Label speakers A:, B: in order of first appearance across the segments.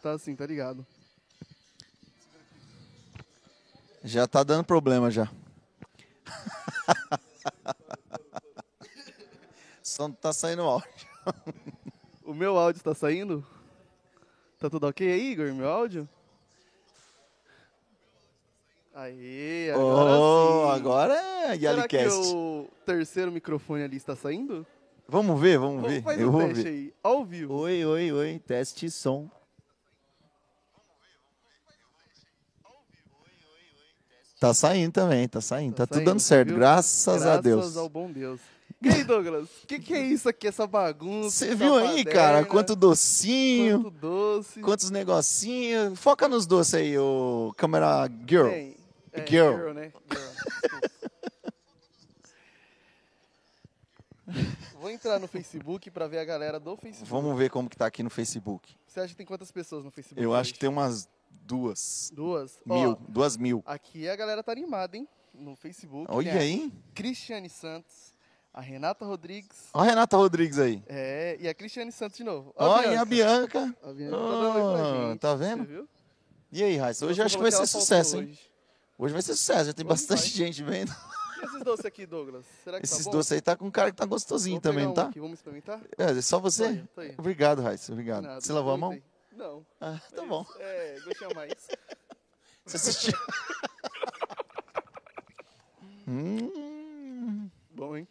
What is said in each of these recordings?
A: tá assim, tá ligado?
B: Já tá dando problema já. Só não tá saindo áudio.
A: O meu áudio tá saindo? Tá tudo ok aí, Igor? Meu áudio? Aê, agora
B: oh,
A: sim.
B: agora é
A: Será que
B: Yalicast.
A: o terceiro microfone ali está saindo?
B: Vamos ver, vamos ver.
A: Faz
B: Eu
A: um
B: vou
A: teste
B: ver.
A: aí, ao vivo.
B: Oi, oi, oi. Teste som. Tá saindo também, tá saindo. Tá,
A: Tá
B: tudo
A: saindo,
B: dando certo,
A: viu?
B: graças, a Deus.
A: Graças ao bom Deus. E aí, Douglas? O que, que é isso aqui, essa bagunça?
B: Você
A: essa
B: viu aí,
A: baderna,
B: cara? Quanto docinho.
A: né? quanto doce.
B: Quantos negocinhos. Foca nos doces aí, ô câmera girl.
A: Tem. É,
B: Girl.
A: né? Girl. Vou entrar no Facebook pra ver a galera do Facebook.
B: Vamos ver como que tá aqui no Facebook.
A: Você acha que tem quantas pessoas no Facebook?
B: Eu acho que
A: hoje?
B: tem umas duas
A: duas. Ó,
B: mil. Duas mil.
A: aqui a galera tá animada, hein? No Facebook.
B: Olha
A: tem a
B: aí.
A: Cristiane Santos, a Renata Rodrigues.
B: Olha a Renata Rodrigues aí.
A: É, e a Cristiane Santos de novo. Ó,
B: Olha a Bianca.
A: A Bianca tá dando oi pra
B: Ah,
A: gente,
B: tá vendo?
A: você viu?
B: E aí, Raíssa? Hoje
A: Você
B: eu acho que
A: falou
B: vai ser
A: ela faltou
B: sucesso, hein?
A: hoje.
B: Hoje vai ser sucesso, já tem
A: Hoje
B: bastante
A: vai.
B: gente vendo.
A: E esses doces aqui, Douglas? Será que
B: Esses
A: tá bom?
B: doces aí tá com cara que tá gostosinho
A: Vou
B: também,
A: pegar
B: não
A: um
B: tá?
A: aqui, Vamos experimentar?
B: É, só
A: Tô aí,
B: você?
A: tô aí.
B: Obrigado, Raíssa, obrigado.
A: Nada,
B: você lavou a mão?
A: experimentei. Não.
B: Ah, tá
A: mas,
B: bom.
A: É, gostinho a mais.
B: Você assistiu. hum,
A: Bom, hein?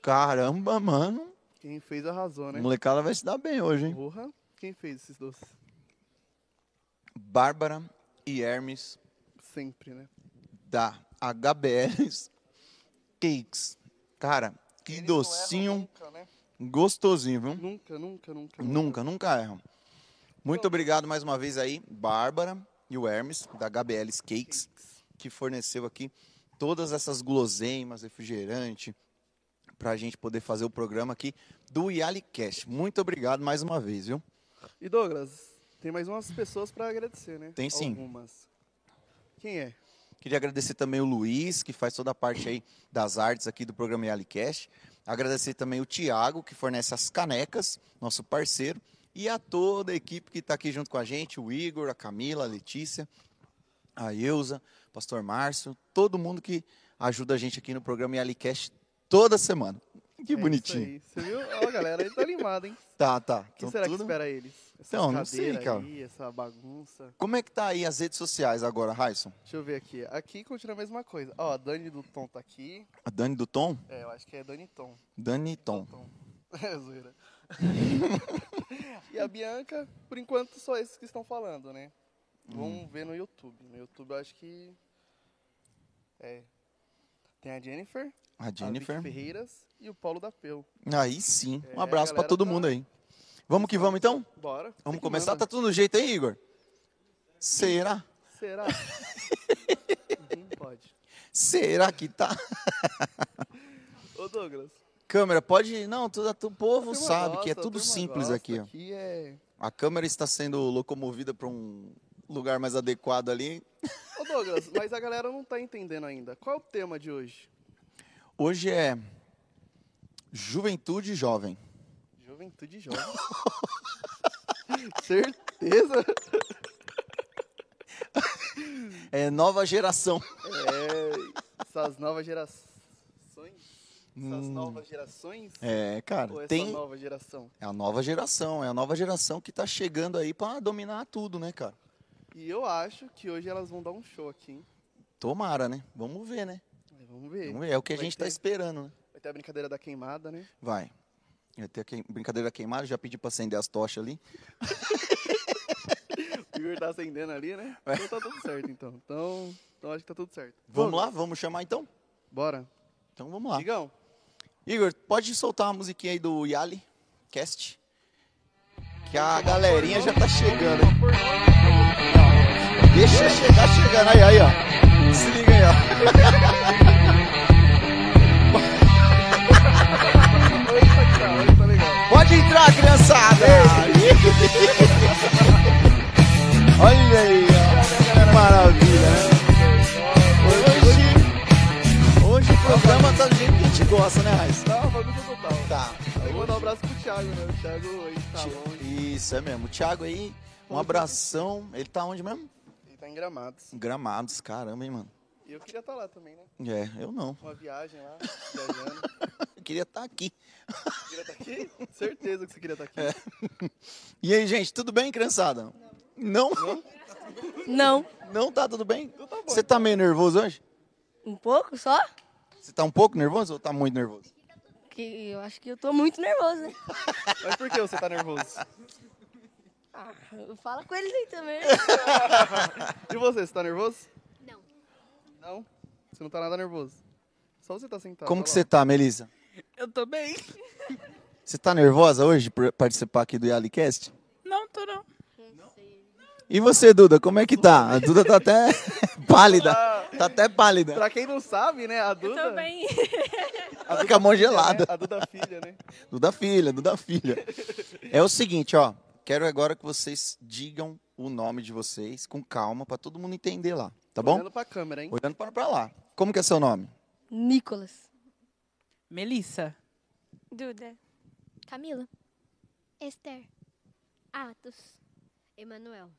B: caramba, mano.
A: Quem fez arrasou, né?
B: Molecada vai se dar bem hoje, hein?
A: Porra, quem fez esses doces?
B: Bárbara e Hermes
A: Sempre, né?
B: da HBL Cakes. Cara, que
A: Eles não erram
B: docinho
A: Nunca, né?
B: gostosinho, viu?
A: nunca, nunca, nunca.
B: Nunca, nunca erram. Muito obrigado mais uma vez aí, Bárbara e o Hermes, da HBL Cakes, que forneceu aqui todas essas guloseimas, refrigerante, para a gente poder fazer o programa aqui do Yalicast. Muito obrigado mais uma vez, viu?
A: E Douglas, tem mais umas pessoas pra agradecer, né?
B: Tem sim.
A: Algumas. Quem é?
B: Queria agradecer também o Luiz, que faz toda a parte aí das artes aqui do programa Yalicast. Agradecer também o Tiago, que fornece as canecas, nosso parceiro. E a toda a equipe que está aqui junto com a gente, o Igor, a Camila, a Letícia, a Eusa, o Pastor Márcio, todo mundo que ajuda a gente aqui no programa Yalicast toda semana. Que
A: É isso
B: bonitinho.
A: aí. Você viu? Ó, a galera, ele tá animada, hein?
B: Tá, tá.
A: O que
B: Então,
A: será que
B: tudo-
A: espera eles? Essas
B: Então, não sei,
A: cadeiras
B: cara.
A: Aí, essa bagunça.
B: Como é que tá aí as redes sociais agora, Raison?
A: Deixa eu ver aqui. Aqui continua a mesma coisa. Ó, a Dani do Tom tá aqui.
B: A Dani do Tom?
A: É, eu acho que é Dani Tom.
B: Dani Tom.
A: Tom. É, zoeira. e a Bianca, por enquanto, só esses que estão falando, né?
B: Hum.
A: Vamos ver no YouTube. No YouTube eu acho que. É. Tem a Jennifer,
B: A
A: a
B: Jennifer.
A: Vicky Ferreiras e o Paulo da Peu.
B: Aí sim.
A: É,
B: Um abraço pra
A: galera,
B: todo
A: tá-
B: mundo aí. Vamos que vamos então?
A: Bora. Você
B: Vamos
A: que
B: começar?
A: manda.
B: Tá tudo do jeito aí, Igor? Será?
A: Será? Uhum, pode.
B: Será que tá?
A: Ô, Douglas.
B: Câmera, pode ir? Não, tudo, o
A: a
B: povo
A: turma
B: sabe que é
A: gosta, a
B: tudo
A: turma
B: simples
A: gosta.
B: aqui. ó.
A: Aqui é.
B: A câmera está sendo locomovida para um lugar mais adequado ali.
A: Ô, Douglas, mas a galera não tá entendendo ainda. Qual é o tema de hoje?
B: Hoje é Juventude Jovem.
A: Juventude jovem. Certeza?
B: É Nova Geração.
A: É, essas novas gerações. Essas
B: Hum.
A: novas gerações?
B: É,
A: Ou
B: cara,
A: essa
B: tem...
A: nova geração?
B: É a nova geração, é a nova geração que tá chegando aí para dominar tudo, né, cara?
A: E eu acho que hoje elas vão dar um show aqui, hein?
B: Tomara, né? Vamos ver, né?
A: Mas Vamos ver.
B: Vamos ver, é o que a
A: Vai
B: gente tá
A: ter.
B: esperando, né?
A: Vai ter a brincadeira da queimada, né?
B: Vai. Vai ter a queim- brincadeira queimada, já pedi pra acender as tochas ali.
A: O Igor tá acendendo ali, né? Então tá tudo certo, então. Então, então acho que tá tudo certo.
B: Vamos lá, vamos chamar então?
A: Bora.
B: Então vamos lá.
A: Digão,
B: Igor, pode soltar a musiquinha aí do Yali Cast? Que a galerinha já tá chegando. hein? Deixa chegar chegando aí, aí, ó. Se liga aí, ó.
A: olha isso aqui, ó. Olha que tá legal.
B: Pode entrar, criançada! Olha aí, ó. Que maravilha, né? Hoje, hoje o programa tá do jeito que a gente gosta, né, Raiz?
A: Tá uma bagunça total.
B: Tá, tá.
A: Tem que mandar um abraço pro Thiago, né? O Thiago aí tá longe.
B: Isso, é mesmo. O Thiago aí, um abração. Ele tá onde mesmo?
A: Ele tá em Gramados.
B: Gramados, caramba, hein, mano.
A: E eu queria estar lá também, né?
B: É, eu não.
A: Uma viagem lá, viajando.
B: Eu queria estar aqui.
A: Queria estar aqui? Certeza que você queria estar aqui.
B: É. E aí, gente, tudo bem, criançada? Não? Não,
C: Não.
B: tá tudo bem?
A: Então
B: Você tá meio nervoso hoje?
C: Um pouco só?
B: Você tá um pouco nervoso ou tá muito nervoso?
C: Que eu acho que eu tô muito nervoso, né?
A: Mas por que você tá nervoso?
C: Ah, fala com eles aí também. né?
A: E você, você tá nervoso?
D: Não.
A: Não? Você não tá nada nervoso. Só você tá sentado.
B: Como
A: olha
B: que
A: lá.
B: você tá, Melissa?
E: Eu tô bem.
B: Você tá nervosa hoje por participar aqui do YaliCast?
E: Não, tô não.
B: E você, Duda, como é que tá? A Duda tá até pálida. Tá até pálida.
A: Ah. Pra quem não sabe, né, a
E: Tô
A: Duda...
E: bem.
B: Tá com a mão
A: filha, né?
B: gelada.
A: A Duda filha, né?
B: Duda filha, Duda filha. É o seguinte, ó. Quero agora que vocês digam o nome de vocês com calma pra todo mundo entender lá, tá bom?
A: Olhando pra câmera, hein?
B: Olhando para pra lá. Como que é seu nome?
C: Nicolas.
E: Melissa.
C: Duda.
D: Camila. Esther. Atos. Emanuel.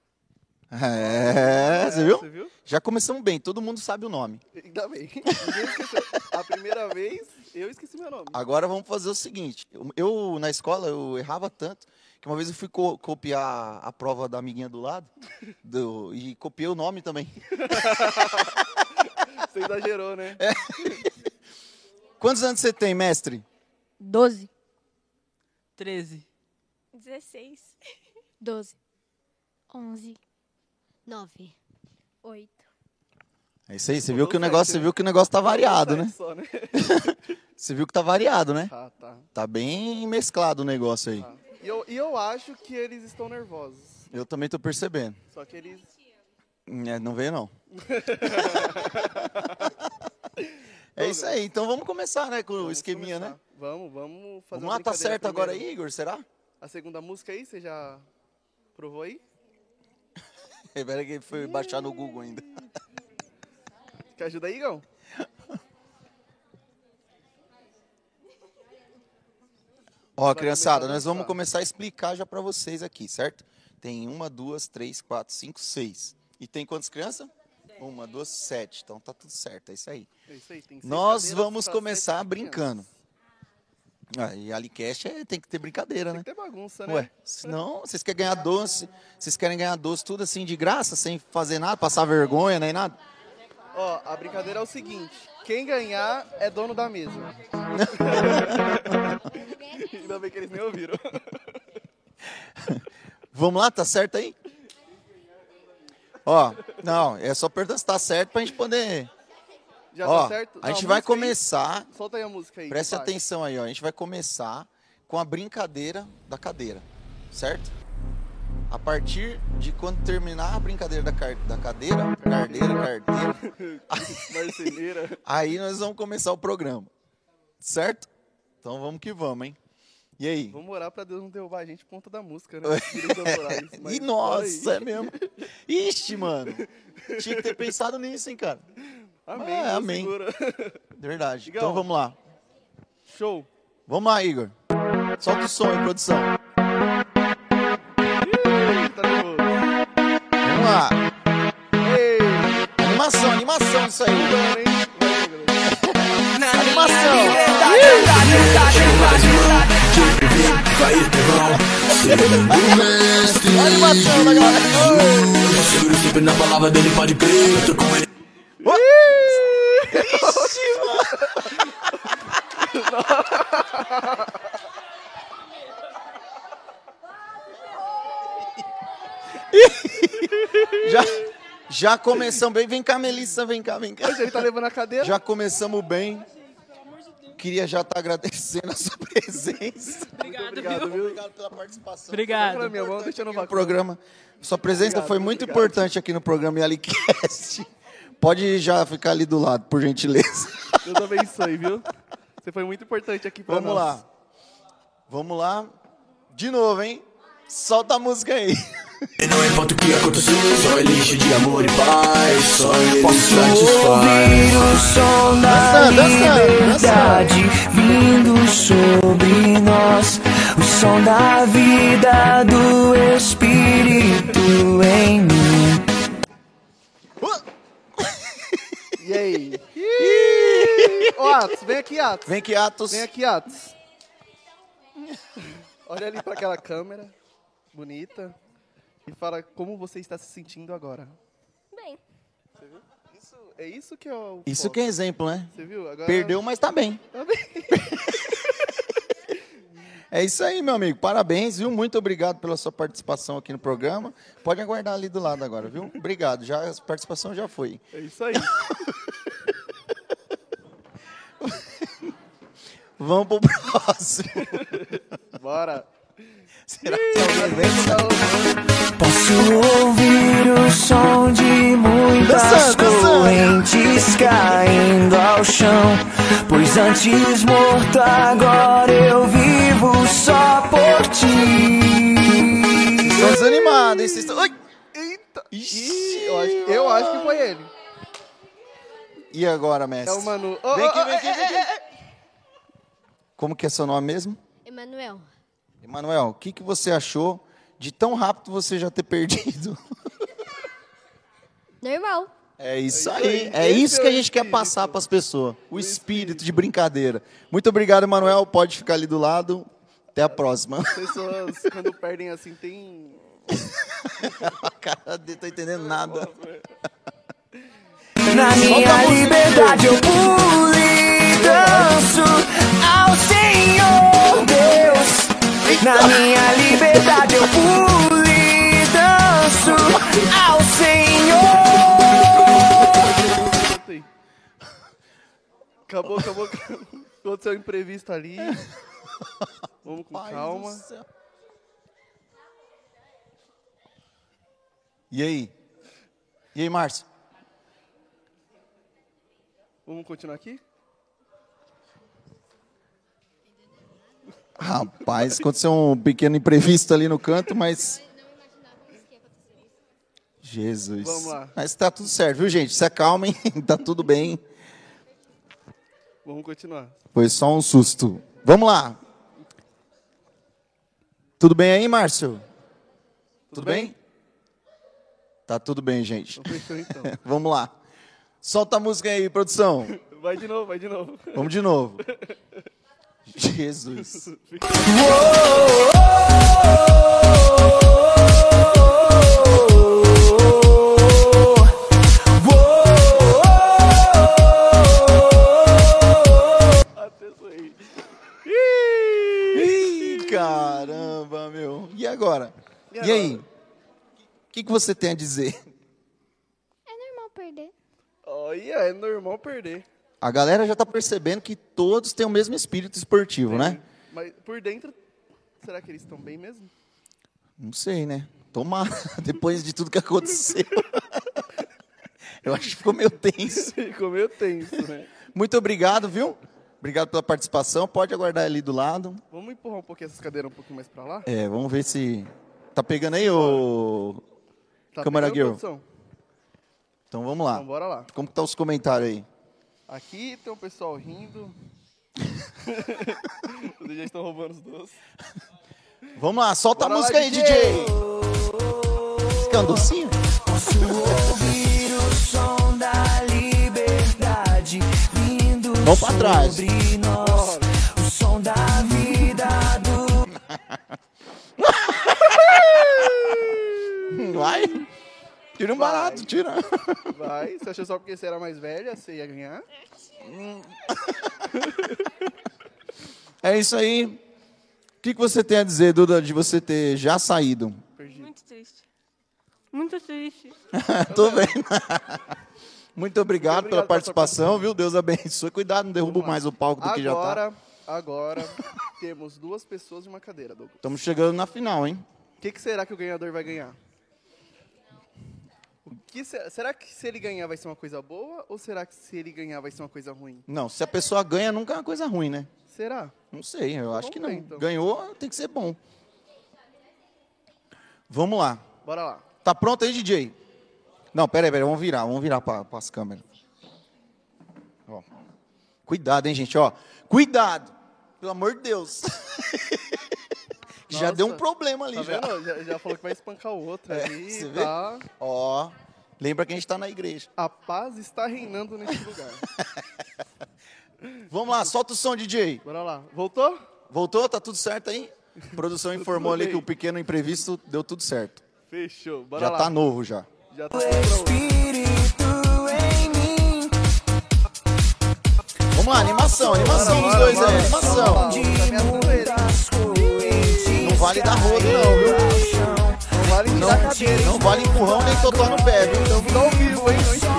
B: É, você viu?
A: Você viu?
B: Já começamos bem, todo mundo sabe o nome.
A: Ainda bem. Ninguém esqueceu. A primeira vez, eu esqueci meu nome.
B: Agora vamos fazer o seguinte. Eu- Eu, na escola, eu errava tanto que uma vez eu fui co- copiar a prova da amiguinha do lado do- e copiei o nome também.
A: Você exagerou, né?
B: É. Quantos anos você tem, mestre?
C: 12.
E: 13.
F: 16.
C: 12.
D: 11. 9. 8.
B: É isso aí, você viu que o
A: Mudou
B: negócio,
A: sete,
B: você
A: né?
B: viu que o negócio tá variado, né?
A: Só, né?
B: Você viu que tá variado, né?
A: Tá, tá.
B: Tá bem mesclado o negócio aí.
A: tá. E eu, e eu acho que eles estão nervosos.
B: Eu também tô percebendo.
A: Só que eles...
B: É, não veio, não. é isso aí. Então vamos começar, né, com o
A: Vamos
B: esqueminha, né?
A: começar. Vamos, vamos fazer
B: Vamos
A: uma
B: lá, tá
A: brincadeira
B: certo agora
A: primeiro.
B: aí, Igor? Será?
A: A segunda música aí, você já provou aí?
B: Espera que foi baixar no Google ainda.
A: Quer ajuda aí, Igão?
B: Ó,
A: Vai
B: criançada,
A: começar a
B: nós vamos
A: dançar.
B: começar a explicar já pra vocês aqui, certo? Tem uma, duas, três, quatro, cinco, seis. E tem quantas crianças? Uma, duas, sete. Então tá tudo certo, é isso aí.
A: É isso aí, tem seis
B: Nós
A: cadeiras
B: vamos
A: pra
B: começar
A: sete
B: brincando.
A: crianças.
B: Ah, e Alicast é, tem que ter brincadeira,
A: Tem
B: né?
A: que ter bagunça, né?
B: Ué, senão vocês querem ganhar doce, vocês querem ganhar doce tudo assim de graça, sem fazer nada, passar vergonha, nem nada.
A: Ó, a brincadeira é o seguinte: quem ganhar é dono da mesa. Ainda bem que eles nem ouviram.
B: Vamos lá, tá certo aí? Ó, não, é só perguntar se tá certo pra gente poder.
A: Já
B: ó,
A: tá certo?
B: a
A: Não,
B: gente vai
A: música aí.
B: começar,
A: Solta aí a música aí.
B: preste
A: Paty.
B: atenção aí, ó. A gente vai começar com a brincadeira da cadeira, certo? A partir de quando terminar a brincadeira da, car- da cadeira, cardeira, carteira,
A: Marceneira.
B: aí nós vamos começar o programa, certo? Então vamos que vamos, hein? E aí?
A: Vamos orar pra Deus não derrubar a gente por conta da música, né? Direitos autorais, mas
B: É, e
A: olha
B: nossa, é mesmo. Ixi, mano. Tinha que ter pensado nisso, hein, cara.
A: aí. Amém.
B: Ah,
A: Deus
B: amém.
A: segura.
B: Verdade.
A: Igão.
B: Então vamos lá.
A: Show.
B: Vamos lá, Igor. Solta o som aí, produção.
A: Tá nervoso.
B: Vamos lá.
A: Ei,
B: Animação, animação isso aí.
A: então, hein? Vai, Douglas.
B: Animação. Animação da galera.
G: Seguro sempre na palavra dele, pode crer. Eu tô com ele.
B: Já, já começamos bem. Vem cá, Melissa, vem cá, vem cá.
A: Ele tá levando a cadeira?
B: Já começamos bem. Queria já estar agradecendo a sua presença.
E: Obrigado,
A: Obrigado, viu?
B: Obrigado pela participação.
A: Pela
E: Obrigado.
A: minha mão, deixa eu no
B: O
A: vácuo.
B: programa. Sua presença
A: Obrigado,
B: foi muito
A: obrigado.
B: importante aqui no programa Yalicast. Pode já ficar ali do lado, por gentileza.
A: Deus abençoe, viu? Você foi muito importante aqui pra
B: Vamos
A: nós.
B: lá. Vamos lá. De novo, hein? Solta a música aí.
G: E não importa o que acontecer, só é lixo de amor e paz. Só ele
H: Posso
G: satisfaz.
H: ouvir o som da
A: Dança, dança,
H: liberdade vindo sobre nós. O som da vida do Espírito em mim.
A: E aí? Ô, Atos, vem aqui, Atos.
B: Vem que Atos.
A: Vem aqui, Atos. Olha ali para aquela câmera bonita e fala como você está se sentindo agora.
F: Bem,
A: Isso, é isso que eu.
B: Isso que é exemplo, né?
A: Você viu? Agora...
B: Perdeu, mas tá bem.
A: Tá bem.
B: É isso aí, meu amigo. Parabéns, viu? Muito obrigado pela sua participação aqui no programa. Pode aguardar ali do lado agora, viu? Obrigado. Já, a participação já foi.
A: É isso aí.
B: Vamos pro próximo.
A: Bora.
B: Será que é alguém vem?
A: tá
H: Posso ouvir o som de muitas
B: Dança, dança.
H: correntes caindo ao chão. Pois antes morto, agora eu vivo só por ti.
B: Estão desanimados, hein? Vocês estão... Oi!
A: Eita.
B: Ixi,
A: Eu acho, eu acho que foi ele.
B: E agora, mestre?
A: É o Manu. Ô,
B: Vem
A: ô,
B: aqui,
A: ô, é,
B: vem aqui, vem aqui. Como que é seu nome mesmo?
D: Emanuel,
B: Emanuel, o que, que você achou de tão rápido você já ter perdido?
D: normal.
B: É isso
A: É isso
B: aí.
A: aí.
B: É
A: Esse
B: isso que
A: é o
B: a gente quer
A: espírito.
B: passar para as pessoas. O espírito de brincadeira. Muito obrigado, Emanuel. Pode ficar ali do lado.
A: É.
B: Até a próxima.
A: Pessoas, quando perdem assim, tem.
B: Cara, não tô entendendo nada.
H: Na minha liberdade eu pulo e danço ao Senhor Deus. Na minha liberdade eu pulo e danço ao Senhor.
A: Tem. Acabou, acabou. acabou. Aconteceu um imprevisto ali. Vamos com
B: É. Pai do
A: calma.
B: céu. E aí? E aí, Márcio?
A: Vamos continuar aqui?
B: Rapaz, aconteceu um pequeno imprevisto ali no canto, mas. Jesus.
A: Vamos lá.
B: Mas tá tudo certo, viu, gente? Se acalmem, tá tudo bem.
A: Vamos continuar.
B: Foi só um susto. Vamos lá. Tudo bem aí, Márcio? Tudo, bem? Tá tudo bem, gente.
A: Fechou então.
B: Vamos lá. Solta a música aí, produção.
A: Vai de novo, vai de novo.
D: É
B: Vamos de novo. Jesus.
A: Atenção aí.
B: Ih, caramba, meu. E agora? E,
A: agora?
B: aí? O que, que você tem a dizer?
D: É normal perder.
A: Olha, é normal perder.
B: A galera já tá percebendo que todos têm o mesmo espírito esportivo, né?
A: Mas por dentro, será que eles estão bem mesmo?
B: Não sei, né? Tomara, depois de tudo que aconteceu. Eu acho que ficou meio tenso.
A: Ficou meio tenso, né?
B: Muito obrigado, viu? Obrigado pela participação. Pode aguardar ali do lado.
A: Vamos empurrar um pouquinho essas cadeiras um pouquinho mais pra lá?
B: É, vamos ver se. Tá pegando aí, ô.
A: Tá
B: Câmara
A: pegando,
B: Girl.
A: produção?
B: Então vamos lá.
A: Então bora lá.
B: Como que tá os comentários aí?
A: Aqui tem um pessoal rindo. Vocês já estão roubando os doces.
B: Vamos lá, solta
A: Bora
B: a
A: lá,
B: música aí, DJ!
A: DJ.
B: Escandocinho?
H: Posso ouvir o som da liberdade vindo
B: Mão pra trás.
H: sobre nós. O som da vida do
B: Vai! Tira um barato, tira.
A: Vai, você achou só porque você era mais velha, você ia ganhar? Hum.
B: É isso aí. O que, que você tem a dizer, Duda, de você ter já saído?
F: muito triste. Muito triste.
B: Tô vendo. Muito obrigado
A: Muito obrigado
B: pela
A: pela
B: participação, viu? Deus abençoe. Cuidado, não derrubo mais o palco do que já tá.
A: Agora, agora temos duas pessoas e uma cadeira, Douglas.
B: Estamos chegando na final, hein?
A: O que, que será que o ganhador vai ganhar? O que se- será que se ele ganhar vai ser uma coisa boa ou será que se ele ganhar vai ser uma coisa ruim?
B: Não, se a pessoa ganha, nunca é uma coisa ruim, né?
A: Será? então.
B: Não sei, eu acho que não.
A: ver, então.
B: Ganhou, tem que ser bom. Vamos lá.
A: Bora lá.
B: Tá pronto aí, DJ? Não, peraí, peraí, vamos virar, vamos virar para as câmeras. Ó. Cuidado, hein, gente, ó. Cuidado! Pelo amor de Deus. já
A: Nossa.
B: deu um problema ali,
A: Tá
B: já.
A: vendo? Já, já falou que vai espancar o outro ali.
B: É, você vê?
A: tá?
B: Ó, lembra que a gente tá na igreja.
A: A paz está reinando neste lugar.
B: Vamos lá, solta o som, DJ.
A: Bora lá. Voltou?
B: Voltou? Tá tudo certo aí? A produção informou ali
A: bem.
B: que o pequeno imprevisto deu tudo certo.
A: Fechou. Bora
B: já
A: lá.
B: tá novo já.
A: Já tá
H: Espírito em mim,
B: Vamos lá, animação, animação dos dois aí, animação.
H: de muitas correntes.
B: Não vale dar rodo não, viu?
A: Não vale tirar a cadeira, hein?
B: Não vale empurrão nem totó no pé, viu? Então,
A: Estamos ao vivo, hein? Não esqueça.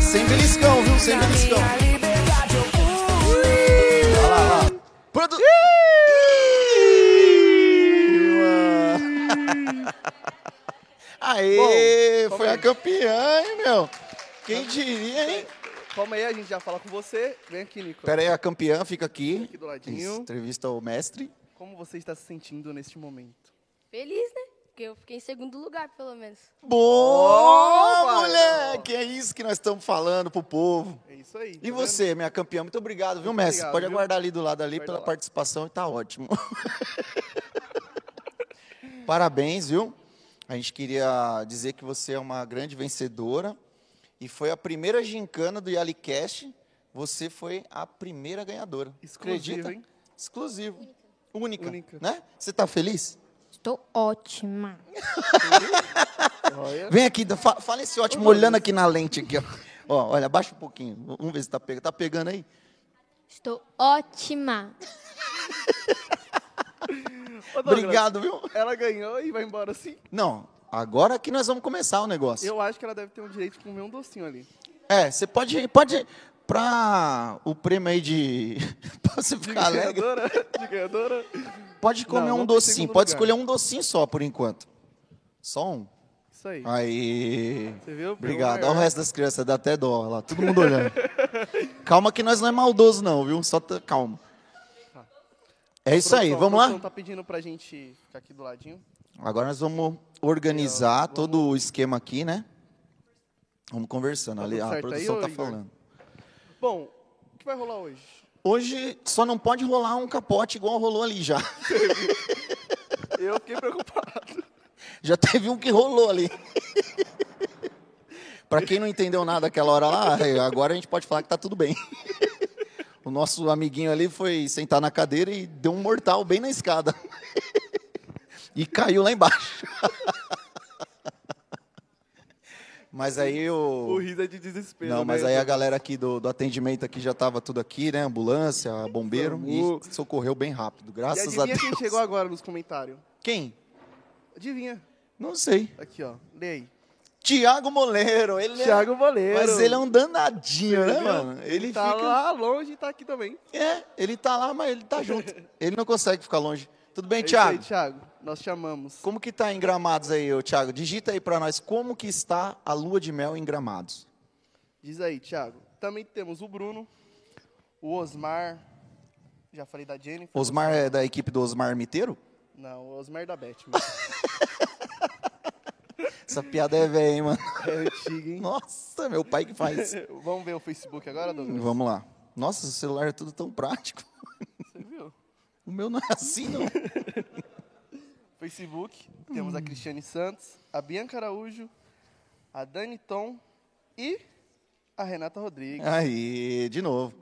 B: sem beliscão, viu? Sem beliscão.
H: A liberdade eu fui.
B: Olha lá, olha lá. Produ... Aê,
A: Bom, calma
B: foi a
A: aí.
B: campeã, hein, meu? Quem diria, hein?
A: Calma aí, a gente já fala com você. Vem aqui, Nico.
B: Pera aí, a campeã fica aqui.
A: Aqui do ladinho.
B: Entrevista o mestre.
A: Como você está se sentindo neste momento?
C: Feliz, né? Porque eu fiquei em segundo lugar, pelo menos.
B: Boa, moleque! É isso que nós estamos falando pro povo.
A: É isso aí. tá
B: E
A: vendo?
B: você, minha campeã, muito obrigado, viu, mestre?
A: obrigado,
B: Pode
A: viu?
B: aguardar ali do lado ali
A: Aguarda
B: pela
A: lá.
B: participação e tá ótimo. Parabéns, viu? A gente queria dizer que você é uma grande vencedora e foi a primeira gincana do YaliCast. Você foi a primeira ganhadora.
A: Exclusivo,
B: Acredita?
A: hein?
B: Exclusivo. Única.
A: Única.
B: Né? Você tá feliz?
D: Estou ótima.
A: Olha.
B: Vem aqui, fa- fala esse ótimo, olhando aqui na lente aqui, ó. Ó, olha, abaixa um pouquinho. Vamos ver se tá pegando. Tá pegando aí?
D: Estou ótima.
A: Ô, Douglas,
B: Obrigado, viu?
A: Ela ganhou e vai embora assim?
B: Não, agora que nós vamos começar o negócio.
A: Eu acho que ela deve ter um direito de comer um docinho ali.
B: É, você pode, pode para o prêmio aí de pra você
A: De
B: ficar alegre.
A: ganhadora? De ganhadora?
B: Pode comer
A: Não,
B: um
A: não tem
B: docinho,
A: segundo
B: pode
A: lugar.
B: escolher um docinho só por enquanto. Só um.
A: Isso aí.
B: Aí.
A: Você viu? Pegou
B: Obrigado.
A: maior.
B: Olha o resto das crianças, dá até dó olha lá, todo mundo olhando. calma que nós não é maldoso não, viu? Só tá- calma. É isso aí,
A: Produção,
B: vamos
A: a
B: lá?
A: Tá. produção tá pedindo pra gente ficar aqui do ladinho.
B: Agora nós vamos organizar todo o esquema aqui, né? Vamos conversando.
A: Tá
B: Ali,
A: tudo
B: a
A: certo aí,
B: produção
A: ô,
B: tá
A: Igor?
B: falando.
A: Bom, o que vai rolar hoje?
B: Hoje só não pode rolar um capote igual rolou ali já.
A: Eu fiquei preocupado.
B: Já teve um que rolou ali. Pra quem não entendeu nada aquela hora lá, agora a gente pode falar que tá tudo bem. O nosso amiguinho ali foi sentar na cadeira e deu um mortal bem na escada. E caiu lá embaixo. Mas aí
A: O
B: o.
A: riso é de desespero.
B: Não,
A: né?
B: mas aí a galera aqui do, do atendimento aqui já tava tudo aqui, né? Ambulância, bombeiro. E socorreu bem rápido,
A: E
B: graças a
A: adivinha
B: Deus.
A: quem chegou agora nos comentários?
B: Quem?
A: Adivinha.
B: Não sei.
A: Aqui, ó. Lê aí.
B: Tiago Moleiro. Ele é-
A: Thiago Boleiro.
B: Mas ele é um danadinho, né,
A: Entendeu?
B: mano? Ele
A: tá
B: fica.
A: lá longe e tá aqui também.
B: É, ele tá lá, mas ele tá junto. ele não consegue ficar longe. Tudo bem,
A: É isso aí,
B: Thiago?
A: Thiago. Nós chamamos.
B: Como que tá em Gramados aí, ô, Thiago? Digita aí pra nós como que está a lua de mel em Gramados.
A: Diz aí, Thiago. Também temos o Bruno, o Osmar. Já falei da Jennifer.
B: Osmar é da equipe do Osmar Miteiro?
A: Não, o Osmar da Beth.
B: Essa piada é velha, hein, mano?
A: é antigo, hein?
B: Nossa, meu pai que faz.
A: Vamos ver o Facebook agora,
B: Hum,
A: Douglas?
B: Vamos lá. Nossa, o celular é tudo tão prático.
A: Você viu?
B: O meu não é assim, não.
A: Facebook, temos
B: Hum.
A: a Cristiane Santos, a Bianca Araújo, a Dani Tom e a Renata Rodrigues.
B: Aí, de novo.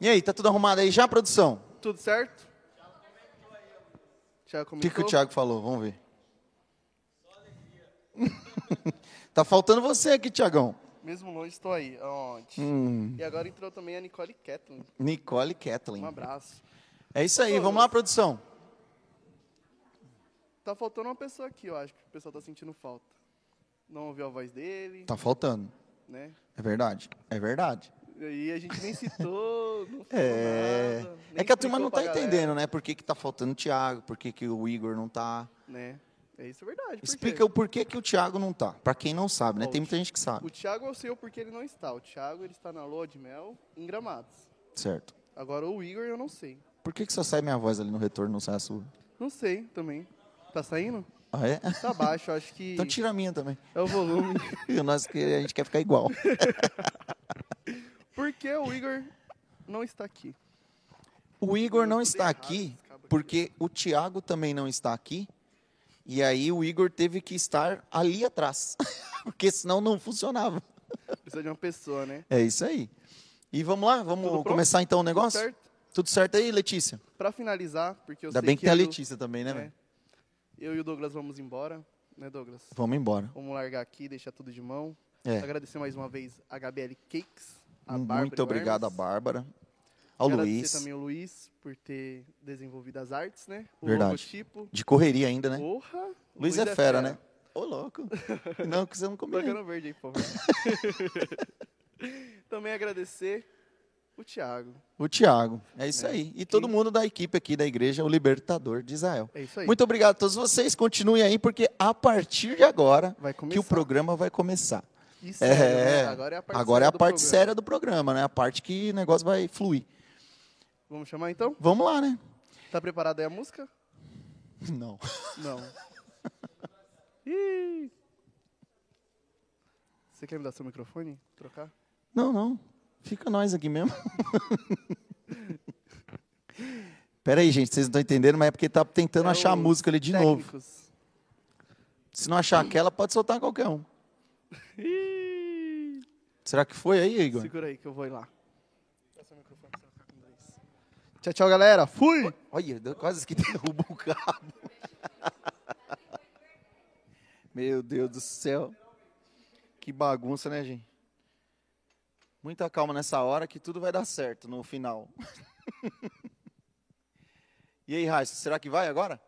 B: E aí, tá tudo arrumado aí já, produção?
A: Tudo certo? Thiago
B: O que,
A: comentou.
B: que o Thiago falou? Vamos ver. tá faltando você aqui, Tiagão.
A: Mesmo longe, estou aí. Aonde?
B: Hum,
A: E agora entrou também a Nicole Ketlin.
B: Nicole
A: Um
B: Kathleen.
A: abraço.
B: É isso aí, vamos lá, produção.
A: Tá faltando uma pessoa aqui, eu acho que o pessoal tá sentindo falta. Não ouviu a voz dele,
B: Tá faltando.
A: né?
B: É verdade, é verdade.
A: E aí a gente nem citou, não falou
B: É,
A: nada. nem
B: é que a turma
A: explicou
B: não
A: pra
B: tá
A: galera,
B: entendendo, né? Por que, que tá faltando o Thiago, por que, que o Igor não tá.
A: Né? É isso, é verdade. por quê?
B: Explica o porquê que o Thiago não tá. Pra quem não sabe, né? Tem muita gente que sabe.
A: O Thiago eu sei o porquê ele não está. O Thiago ele está na lua de mel em Gramados.
B: Certo.
A: Agora o Igor eu não sei.
B: Por que, que só sai minha voz ali no retorno, não sai a sua?
A: Não sei também. Tá saindo?
B: Ah, é?
A: Tá baixo, acho que
B: Então tira a minha também.
A: é o volume.
B: Nós, que- a gente quer ficar igual.
A: Por que o Igor não está aqui?
B: O Igor não
A: tudo
B: está
A: errado,
B: aqui
A: esse cabo aqui.
B: porque o Thiago também não está aqui. E aí o Igor teve que estar ali atrás, porque senão não funcionava.
A: Precisa de uma pessoa, né?
B: É isso aí. E vamos lá, vamos
A: Tudo pronto?
B: começar então o
A: Tudo
B: negócio?
A: certo?
B: Tudo certo aí, Letícia?
A: Pra finalizar, porque eu
B: Ainda
A: sei
B: bem que tem a
A: eu-
B: Letícia também, né?
A: é,
B: velho?
A: eu e o Douglas vamos embora, né, Douglas?
B: Vamos embora.
A: Vamos largar aqui, deixar tudo de mão.
B: É.
A: Agradecer mais uma vez a HBL Cakes, a Bárbara. e
B: Hum, Muito
A: o
B: obrigado a
A: Hermes.
B: Bárbara, ao
A: Agradecer
B: Luiz.
A: também o Luiz por ter desenvolvido as artes, né? O
B: Verdade.
A: logotipo.
B: De correria ainda, né?
A: Porra! o
B: Luiz, é, fera, né? Ô, louco. Não, que você não combinou.
A: Tocando verde aí, por favor. também agradecer o Thiago.
B: O Tiago. É isso
A: É,
B: aí. E todo mundo da equipe aqui da igreja, o Libertador de Israel.
A: É isso aí.
B: Muito obrigado a todos vocês. Continuem aí, porque a partir de agora
A: Vai começar.
B: que o programa vai começar.
A: E sério,
B: É,
A: né? Agora é a parte,
B: agora é a
A: do
B: parte
A: programa.
B: séria do programa, né? A parte que o negócio vai fluir.
A: Vamos chamar então?
B: Vamos lá, né?
A: Tá preparada aí a música?
B: Não.
A: Não. Ih. Você quer me dar seu microfone? Trocar?
B: Não, não. Fica nós aqui mesmo. Pera aí, gente, vocês não estão entendendo, mas é porque tá tentando
A: É
B: achar a
A: os
B: música ali de novo.
A: técnicos.
B: Se não achar aquela, pode soltar qualquer um.
A: Ih.
B: Será que foi aí, Igor?
A: Segura aí que eu vou ir lá. Tchau, tchau, galera. Fui!
B: Olha, deu quase que derruba o cabo. Meu Deus do céu. Que bagunça, né, gente? Muita calma nessa hora que tudo vai dar certo no final. e aí, Raíssa, será que vai agora?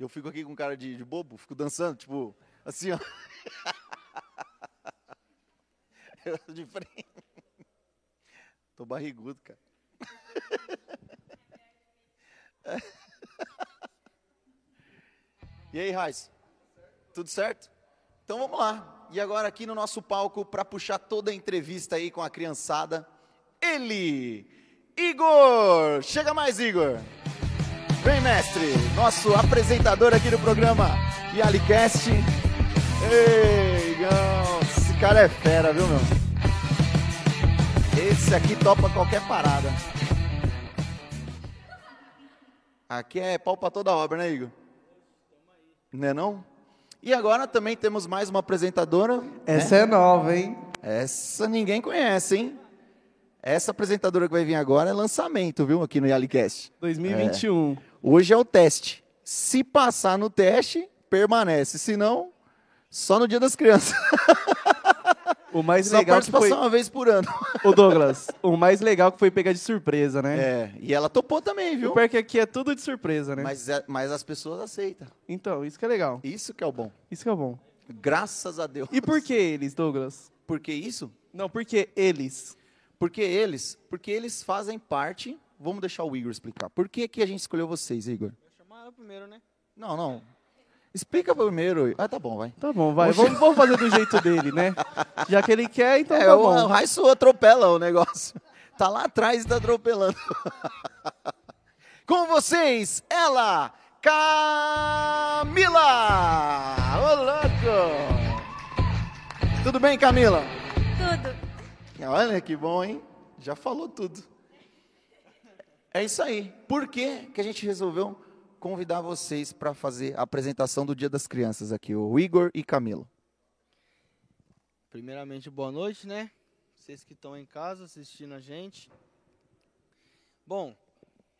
B: Eu fico aqui com cara de, de bobo, fico dançando, tipo, assim, ó. Eu de frente. Tô barrigudo, cara. E aí, Raiz? Tudo certo? Então vamos lá. E agora aqui no nosso palco para puxar toda a entrevista aí com a criançada, ele, Igor. Chega mais, Igor. Vem, mestre, nosso apresentador aqui do programa Yalicast. Ei, Igão, esse cara é fera, viu, meu? Esse aqui topa qualquer parada. Aqui é pau pra toda obra, né, Igor? Né não? E agora também temos mais uma apresentadora. né?
A: Essa é nova, hein?
B: Essa ninguém conhece, hein? Essa apresentadora que vai vir agora é lançamento, viu, aqui no
A: É.
B: Yalicast.
A: 2021.
B: Hoje é o teste. Se passar no teste, permanece. Se não, só no Dia das Crianças.
A: O mais
B: Só
A: legal que
B: participação
A: foi.
B: uma vez por ano.
A: Ô, Douglas, o mais legal que foi pegar de surpresa, né?
B: É, e ela topou também, viu?
A: O parque aqui é tudo de surpresa, né?
B: Mas, é- mas as pessoas aceitam.
A: Então, isso que é legal.
B: Isso que é o bom.
A: Isso que é bom.
B: Graças a Deus.
A: E por que eles, Douglas?
B: Por que isso?
A: Não, por que eles?
B: Porque eles, porque eles fazem parte. Vamos deixar o Igor explicar. Por que, que a gente escolheu vocês, Igor?
E: Chamaram primeiro, né?
B: Não, não. Explica primeiro. Ah, tá bom, vai.
A: Tá bom, vai. Vamos, vamos fazer do jeito dele, né? Já que ele quer, então
B: é,
A: tá
B: o, o
A: bom.
B: Raisso atropela o negócio. Tá lá atrás e tá atropelando. Com vocês, ela, Camila! Ô, louco! Tudo bem, Camila?
C: Tudo.
B: Ah, Olha que bom, hein? Já falou tudo. É isso aí. Por que, que a gente resolveu convidar vocês para fazer a apresentação do Dia das Crianças aqui, o Igor e Camilo?
I: Primeiramente, boa noite, né? Vocês que estão em casa assistindo a gente. Bom,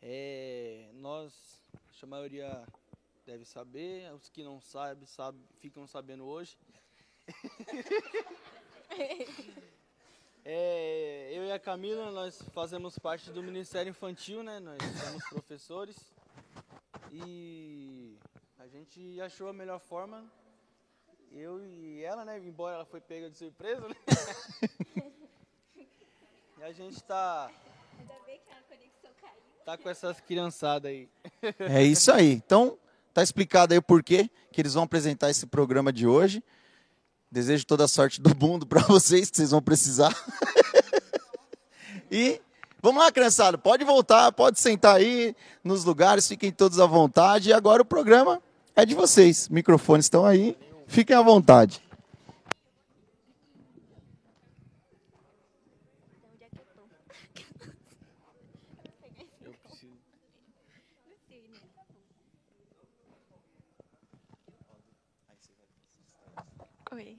I: é, nós, acho que a maioria deve saber, os que não sabem, sabe, ficam sabendo hoje. É, eu e a Camila, nós fazemos parte do Ministério Infantil, né? Nós somos professores. E a gente achou a melhor forma eu e ela, né? Embora ela foi pega de surpresa, né? e a gente tá.
C: é
I: Tá com essas criançadas aí.
B: É isso aí. Então, tá explicado aí o porquê que eles vão apresentar esse programa de hoje. Desejo toda a sorte do mundo para vocês, que vocês vão precisar. e Vamos lá, criançada. Pode voltar, pode sentar aí nos lugares, fiquem todos à vontade. E agora o programa é de vocês. Microfones estão aí, fiquem à vontade.
F: Oi.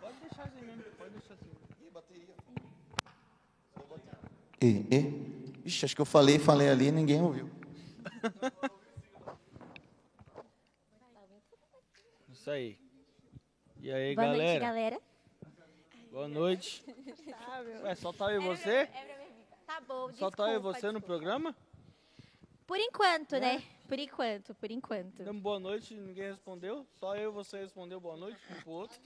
I: Pode deixar assim mesmo, pode deixar assim. E bateria?
B: E, e... Ixi, acho que eu falei, falei ali e ninguém ouviu.
I: Isso aí. E aí,
C: Boa
I: galera?
C: noite, galera.
I: Boa noite. Ué, só tá eu e você?
C: Tá bom,
I: Só tá eu e você no programa?
C: Por enquanto, né? Por enquanto, por enquanto.
I: Damos boa noite, ninguém respondeu. Só eu e você respondeu boa noite um pro outro.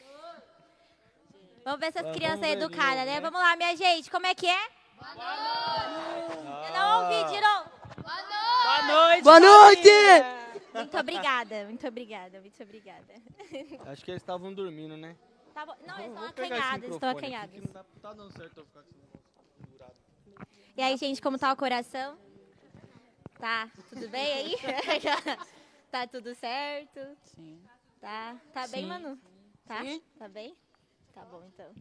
C: Vamos ver essas
I: Vamos
C: crianças
I: ver de
C: educadas,
I: novo,
C: né?
I: né?
C: Vamos lá, minha gente, como é que é? Eu não ouvi de novo.
E: Boa noite.
H: Boa noite!
C: Muito obrigada, muito obrigada, muito obrigada.
I: Acho que eles estavam dormindo, né?
C: Tá bom. Não, eles
I: Vamos- vamos
C: estão
I: pegar esse
C: acanhados, estão
I: microfone aqui,
C: acanhados.
I: que não dá- Tá dando certo eu ficar com esse negócio pendurado.
C: E aí, gente, como tá o coração? Tá, tudo bem aí? tá tudo certo?
E: Sim.
C: Tá, tá bem,
E: Sim.
C: Manu? Tá? Tá bem? Tá bom, então.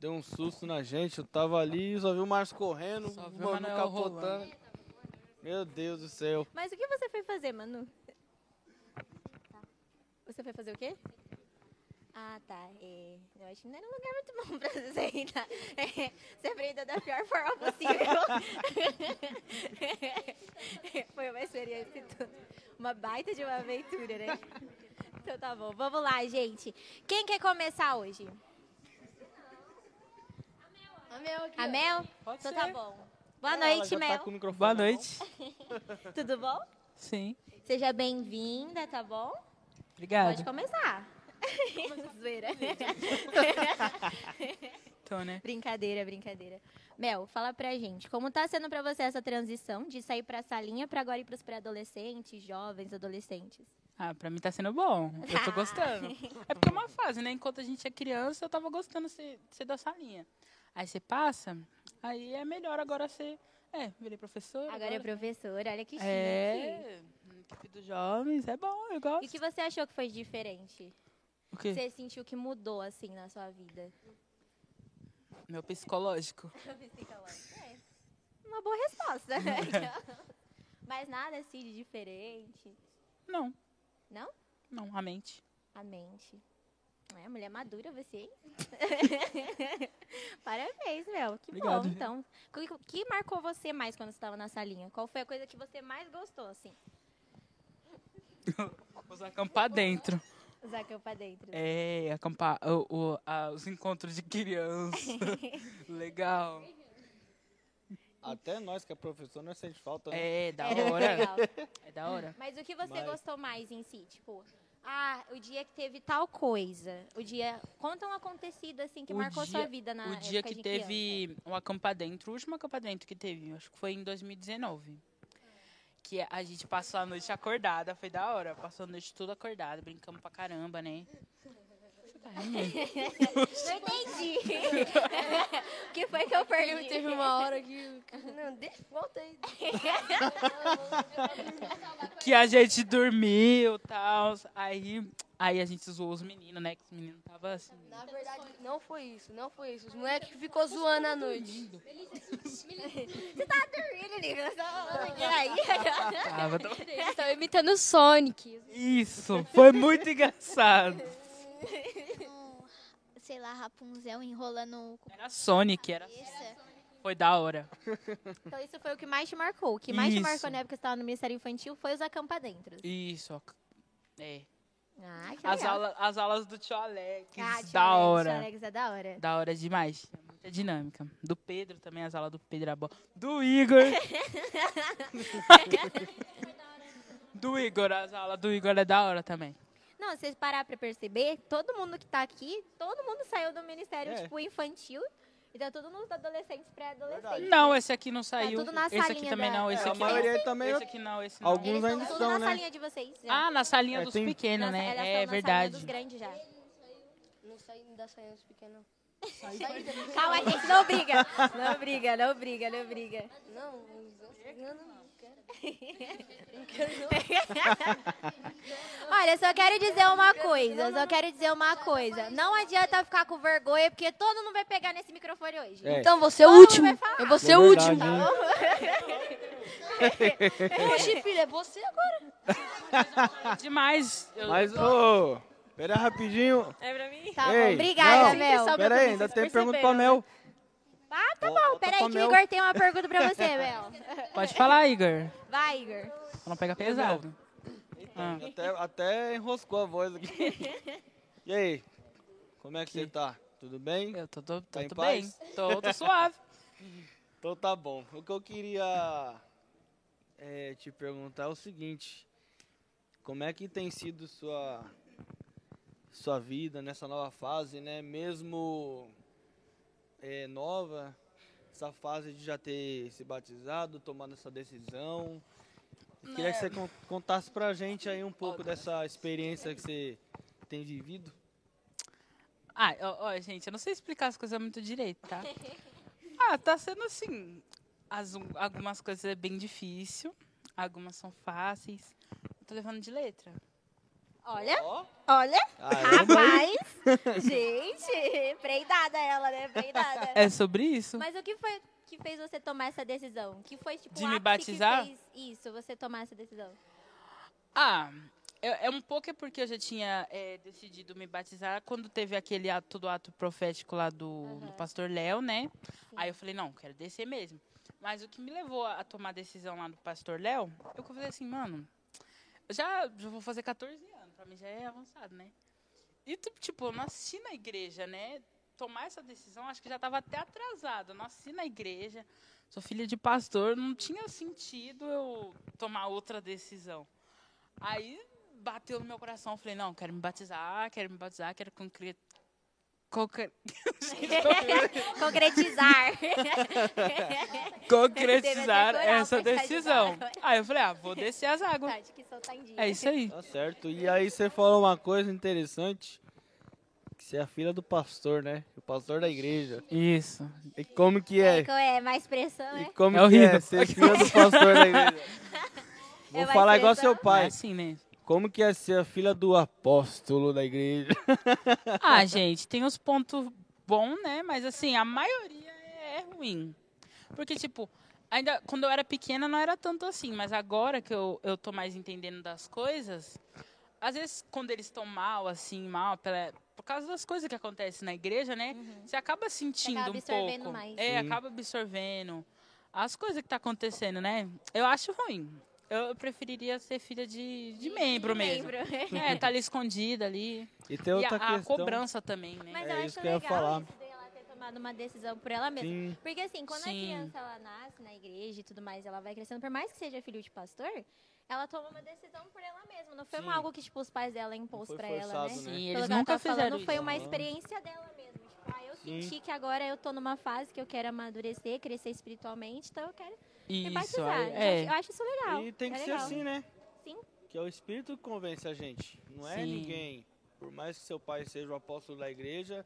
I: Deu um susto na gente, eu tava ali, só vi o Márcio correndo,
E: Só
I: o
E: vi o
I: bagulho
E: Manuel
I: capotando. Meu Deus do céu.
C: Mas o que você foi fazer, Manu? Você foi fazer o quê? Ah, tá. É, eu acho que não era um lugar muito bom pra você ir. tá? É, você aprendeu da pior forma possível. foi uma experiência e tudo. Uma baita de uma aventura, né? Então tá bom. Vamos lá, gente. Quem quer começar hoje? A Mel?
E: Pode
C: Então
E: ser.
C: tá bom. Boa
I: Ela
C: noite,
I: já tá
C: Mel.
I: com o microfone
E: Boa
I: na mão.
E: noite.
C: Tudo bom?
E: Sim.
C: Seja bem-vinda, tá bom? Pode
E: Obrigado.
C: começar. Zoeira.
E: Então, né?
C: brincadeira, brincadeira. Mel, fala pra gente, como tá sendo pra você essa transição de sair pra salinha pra agora ir pros pré-adolescentes, jovens, adolescentes?
E: Ah, pra mim tá sendo bom. Eu tô gostando. É porque é uma fase, né? Enquanto a gente é criança, eu tava gostando de ser- de ser da salinha. Aí você passa, aí é melhor agora ser. É, virei professor.
C: Agora é professora, olha que chique.
E: É, equipe dos jovens, é bom, eu gosto.
C: E o que você achou que foi diferente?
E: O quê?
C: Você sentiu que mudou, assim, na sua vida?
E: Meu psicológico.
C: Uma boa resposta. Mas nada, assim, de diferente.
E: Não.
C: Não?
E: Não, a mente.
C: A mente. É, mulher madura você, hein? Parabéns, Mel. Que
E: Obrigado.
C: bom, então. O que, que marcou você mais quando você estava na salinha? Qual foi a coisa que você mais gostou, assim?
E: Os acampar dentro.
C: Usar campo pra dentro.
E: É, acampar o- o- a- os encontros de criança. Legal.
I: Até nós que é professor, nós sente falta, né?
E: É, da
C: Era
E: hora.
C: legal.
E: É da hora.
C: Mas o que você
I: Mas-
C: gostou mais em si? Tipo, ah, o dia que teve tal coisa. O dia... Conta um acontecido, assim, que
E: O
C: marcou
E: dia-
C: sua vida na
E: o dia
C: época
E: que
C: de
E: teve o acampar dentro, o último acampar dentro que teve, acho que foi em 2019. Que a gente passou a noite acordada, foi da hora. Passou a noite toda acordada, brincamos pra caramba, né?
C: Hum. criança. Não entendi. O que foi que eu perdi?
D: Teve uma hora que.
C: Não, deixa... Voltei.
E: Que a gente dormiu e tal. Aí, aí a gente zoou os meninos, né? Que os meninos tava assim.
D: Na verdade, não foi isso, não foi isso. Os moleques ficou zoando à noite.
C: Você tá dormindo, Nicolas. Tá falando que era aí.
E: Tava, tava
D: Eles estavam imitando o Sonic.
E: Isso, foi muito engraçado.
J: sei lá, Rapunzel enrolando o
E: Era Sonic, era.
J: cabeça.
E: Foi da hora.
C: Então isso foi o que mais te marcou. O que mais te
E: Isso.
C: marcou na época que você tava no Ministério Infantil foi os acampadentros.
E: Isso, ó. É.
C: Ah, que
E: As,
C: legal.
E: aula, as aulas do tio Alex,
C: Ah, tio
E: da
C: Alex,
E: hora.
C: tio Alex é da hora.
E: Da hora demais. Tinha Muita dinâmica. Do Pedro também, as aulas do Pedro era boa. Do Igor. do Igor, as aulas do Igor é da hora também.
C: Não, se vocês parar pra perceber, todo mundo que tá aqui, todo mundo saiu do Ministério
I: É.
C: tipo, Infantil Então, tudo nos adolescentes, pré-adolescentes.
E: Não, esse aqui não saiu.
C: Tá tudo na
E: esse aqui
C: salinha
E: também
C: da-
E: não, esse
C: É, a
E: aqui
I: maioria
E: não.
I: também-
E: Esse aqui não, esse não.
I: Alguns Eles
C: Então, tudo na salinha de vocês. já.
E: Ah, na salinha
I: É,
E: dos
I: tem-
E: pequenos,
C: Nossa, elas estão
E: né? É
C: na salinha dos
E: verdade.
C: grandes já.
D: Não saí da saída dos pequenos.
C: Calma, gente, não briga. Não briga, não briga, não briga.
D: Não, não, não, não quero.
C: Olha, só quero dizer uma coisa, só quero dizer uma coisa. Não adianta ficar com vergonha, porque todo mundo vai pegar nesse microfone hoje.
D: É. Então, você é o
C: Todo mundo
D: último.
C: vai falar.
D: Eu vou ser É o verdade, último.
C: Tá bom?
D: Oxi, filha, é você agora.
E: Demais. Eu
I: Mas,
E: tô-
I: ô, pera rapidinho.
K: É pra mim?
C: Tá
I: Ei,
C: bom, obrigada,
I: não,
C: Mel.
I: Pera aí, ainda
E: tá
I: tem pergunta
E: né?
I: pra Mel.
C: Ah, tá bom, peraí que o
I: Mel.
C: Igor tem uma pergunta pra você, Mel.
E: Pode falar, Igor.
C: Vai, Igor.
E: Pra não pegar pesado. Ah.
I: Até, até enroscou a voz aqui. E aí, como é que, você tá? Tudo bem?
E: Eu tô, tô,
I: tá em
E: tô
I: paz?
E: bem. Tô- tô suave.
I: então tá bom. O que eu queria eh, te perguntar é o seguinte. Como é que tem sido sua, sua vida nessa nova fase, né? Mesmo eh, nova, essa fase de já ter se batizado, tomado essa decisão. Eu Queria que
E: É.
I: você con- contasse pra gente aí um pouco dessa experiência que você tem vivido.
E: Ah, ó, ó, gente, eu não sei explicar as coisas muito direito, tá? Ah, tá sendo assim. as um- algumas coisas é bem difícil, algumas são fáceis. Eu tô levando de letra.
C: Olha, olha,
E: Caramba, hein?
C: rapaz. Gente, prendada ela, né? Prendada.
E: É sobre isso?
C: Mas o que foi que fez você tomar essa decisão? O que foi, tipo,
E: De
C: o
E: me
C: ápice
E: batizar?
C: que fez isso, você tomar essa decisão?
E: Ah, é, é um pouco é porque eu já tinha é, decidido me batizar quando teve aquele ato, todo ato profético lá do, do pastor Léo, né? Aí eu falei, não, quero descer mesmo. Mas o que me levou a a tomar a decisão lá do pastor Léo, eu falei assim, mano, eu já, já vou fazer 14 anos, pra mim já é avançado, né? E, tu- tipo, eu não assisti na igreja, né? Tomar essa decisão, acho que já estava até atrasada. Eu não assisti na igreja, sou filha de pastor, não tinha sentido eu tomar outra decisão. Aí bateu no meu coração, eu falei, não, quero me batizar, quero me batizar, quero concre... concre-
C: Concretizar. Teve até
E: concretizar
C: coral,
E: essa
C: coitado de
E: decisão.
C: Bárbara.
E: Aí eu falei, ah, vou descer as águas.
C: Tati, que soltar em dia.
E: É isso aí.
I: Tá certo. E aí você falou uma coisa interessante. Que você é a filha do pastor, né? O pastor da igreja.
E: Isso.
I: E como que é?
C: É, co- é mais pressão, é?
I: Como
E: É
I: que é
E: horrível.
I: ser filha do pastor da igreja? Vou
C: É mais
I: falar igual
C: pressão?
I: seu pai.
E: É assim, né?
I: Como que é ser a filha do apóstolo da igreja?
C: É
E: Ah, gente, tem uns pontos bons, né? Mas assim, a maioria é ruim. Porque, tipo, ainda quando eu era pequena não era tanto assim, mas agora que eu, eu tô mais entendendo das coisas, às vezes quando eles estão mal, assim, mal, pela- por causa das coisas que acontecem na igreja, né? Você acaba sentindo
C: Acaba
E: um
C: absorvendo
E: pouco.
C: mais.
E: É,
C: Sim.
E: acaba absorvendo as coisas que tá acontecendo, né? Eu acho ruim. Eu eu preferiria ser filha de, de membro mesmo.
C: membro.
E: É, tá ali escondida ali.
I: E tem outra
E: a, a
I: questão.
E: cobrança também, né?
C: Mas
I: É
C: eu
I: isso
C: acho
I: que eu ia
C: legal
I: falar.
C: isso dela ter tomado uma decisão por ela mesma.
I: Sim.
C: Porque assim, quando
E: Sim.
C: a criança ela nasce na igreja e tudo mais, ela vai crescendo, por mais que seja filho de pastor, ela toma uma decisão por ela mesma. Não foi
E: Sim.
C: algo que tipo, os pais dela impôs
E: foi
C: pra ela,
E: forçado,
C: né?
E: né? Sim,
C: Pelo
E: eles
C: que ela
E: nunca
C: tá falando,
E: fizeram
C: Foi
E: isso. né?
C: uma
E: Aham.
C: experiência dela mesma. Tipo, ah, eu
I: Sim.
C: senti que agora eu tô numa fase que eu quero amadurecer, crescer espiritualmente, então eu quero me
E: Isso,
C: batizar.
E: aí-
C: Eu
E: é.
C: acho- Eu acho isso legal.
I: E tem que
C: é
I: ser
C: legal.
I: assim, né?
C: Sim.
I: Que é o Espírito que convence a gente. Não é
E: Sim.
I: ninguém. Por mais que seu pai seja o apóstolo da igreja,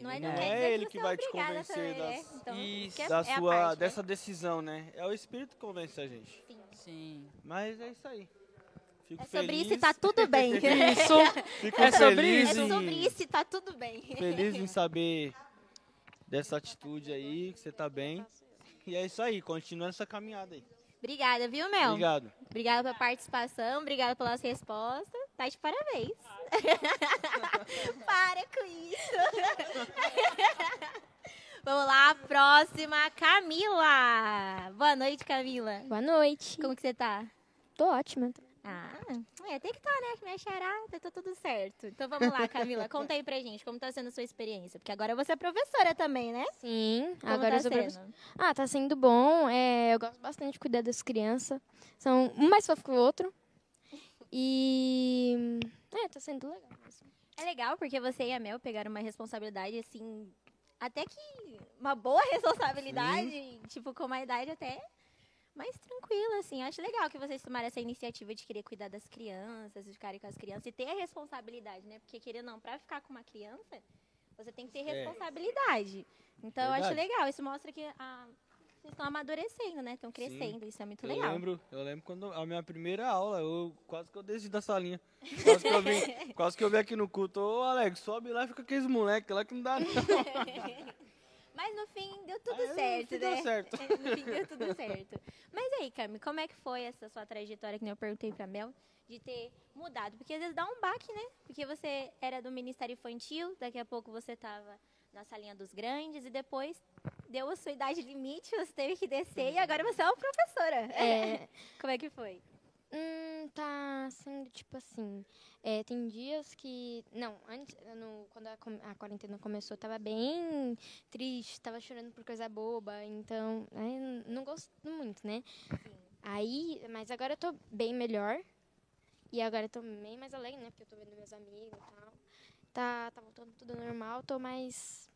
C: Não é,
I: não
C: não quer dizer
I: é ele
C: que,
I: que
C: você é
I: vai te
C: obrigada
I: convencer
C: também,
I: das-
C: né? Então, isso que é-
I: da
C: é a
I: sua,
C: parte, né?
I: dessa decisão, né? É o Espírito que convence a gente.
E: Sim.
I: Mas é isso aí. Fico
C: É sobre
I: feliz.
C: isso e tá tudo bem.
I: Isso. Fico
C: É sobre
I: feliz
C: isso. É
I: em-
C: sobre isso e tá tudo bem.
I: Feliz em saber dessa atitude aí, que você tá bem. E é isso aí, continua essa caminhada aí.
C: Obrigada, viu, Mel?
I: Obrigado.
C: Obrigada pela participação, obrigada pelas respostas. Tá de parabéns. Para com isso. Vamos lá, próxima, Camila. Boa noite, Camila. Boa noite. Como que você tá?
L: Tô ótima.
C: Ah, é, tem que estar, né? Que minha charada, tá tudo certo. Então vamos lá, Camila, conta aí pra gente como tá sendo a sua experiência. Porque agora você é professora também, né?
L: Sim,
C: Como
L: agora
C: tá
L: eu sou
C: sendo?
L: professora. Ah, tá sendo bom. é, eu gosto bastante de cuidar das crianças. São um mais fofo que o outro. E. É, tá sendo legal mesmo.
C: É legal porque você e a Mel pegaram uma responsabilidade, assim, até que uma boa responsabilidade, tipo, com uma idade até mais tranquila, assim. Eu acho legal que vocês tomaram essa iniciativa de querer cuidar das crianças, de ficarem com as crianças e ter a responsabilidade, né? Porque querer não, pra ficar com uma criança, você tem que ter
K: É.
C: responsabilidade. Então eu acho
I: Verdade.
C: legal, isso mostra que a- vocês estão amadurecendo, né? Estão crescendo, isso é muito
I: eu
C: legal.
I: Lembro, eu lembro quando a minha primeira aula, eu quase que eu desci da salinha. Quase que eu vim, quase que eu vim aqui no culto. Ô, Alex, sobe lá e fica com aqueles moleques lá que não dá não.
C: Mas no fim deu tudo
I: É, no
C: certo,
I: fim
C: né?
I: deu certo.
C: no fim deu tudo certo. Mas aí, Carmen, como é que foi essa sua trajetória, que nem eu perguntei pra Mel, de ter mudado? Porque às vezes dá um baque, né? Porque você era do Ministério Infantil, daqui a pouco você tava na salinha dos grandes e depois deu a sua idade limite, você teve que descer e agora você é uma professora.
L: É.
C: Como é que foi?
L: Hum, tá sendo tipo assim. é, tem dias que. Não, antes, no- quando a, com- a quarentena começou, eu tava bem triste, tava chorando por coisa boba, então. aí n- não gosto muito, né? Aí, mas agora eu tô bem melhor. E agora eu tô bem mais alegre, né? Porque eu tô vendo meus amigos e tal. Tá, tá voltando tudo normal, tô mais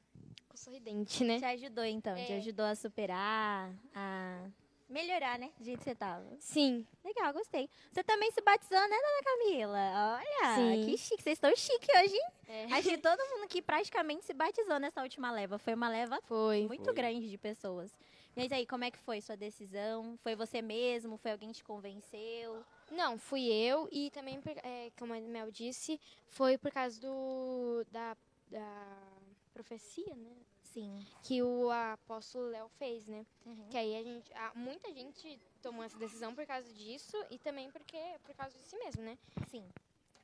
L: sorridente, né?
C: Te ajudou então, te
L: É.
C: ajudou a superar, a melhorar, né? Do jeito que você tava.
L: Sim.
C: Legal, gostei. Você também se batizando, né, dona Camila? Olha,
L: Sim.
C: que chique. Vocês estão chique hoje, hein?
L: É.
C: Acho que todo mundo aqui praticamente se batizou nessa última leva. Foi uma leva muito
L: Foi.
C: grande de pessoas. Mas aí, como é que foi sua decisão? Foi você mesmo? Foi alguém que te convenceu?
L: Não, fui eu e também, por- é, como a Mel disse, foi por causa do, da, da profecia, né?
C: Sim. Uhum.
L: Que o apóstolo Léo fez, né? Que aí a gente, a- muita gente tomou essa decisão por causa disso e também porque por causa de si mesmo, né?
C: Sim.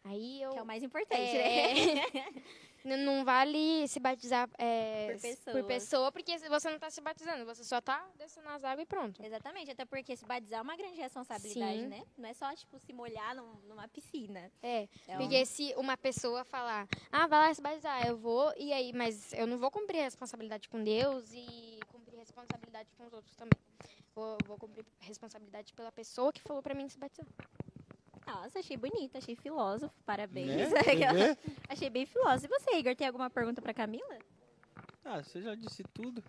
L: Aí eu É.
C: Que é o mais importante, né?
L: N- Não vale se batizar é,
C: Por
L: s-
C: pessoas.
L: pessoa, porque você não tá se batizando, você só tá descendo as águas e pronto.
C: Exatamente, até porque se batizar é uma grande responsabilidade,
L: Sim.
C: né? Não é só, tipo, se molhar num- numa piscina.
L: É,
C: É
L: porque
C: um-
L: se uma pessoa falar, ah, vai lá se batizar, eu vou, e aí, mas eu não vou cumprir a responsabilidade com Deus e cumprir responsabilidade com os outros também. Vou, vou cumprir responsabilidade pela pessoa que falou pra mim se batizar.
C: Nossa, achei bonito, achei filósofo, parabéns.
I: Né? Você
C: achei bem filósofo. E você, Igor, tem alguma pergunta pra Camila?
I: Ah, você já disse tudo.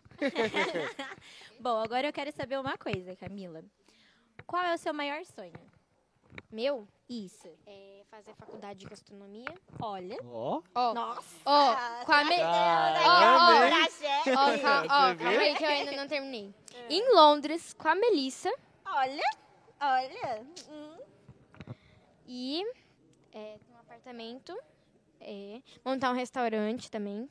C: Bom, agora eu quero saber uma coisa, Camila. Qual é o seu maior sonho?
L: Meu?
C: Isso.
L: É fazer faculdade de gastronomia.
C: Olha.
I: Ó.
L: Ó.
C: Nossa.
L: Ó, com a me...
C: Caramba, hein?
L: Ó, ó, ó, ca- ó,
C: Você vê?
L: calma aí que eu ainda não terminei.
C: É.
L: Em Londres, com a Melissa.
C: Olha, olha. Hum.
L: E é, tem um apartamento. É, montar um restaurante também.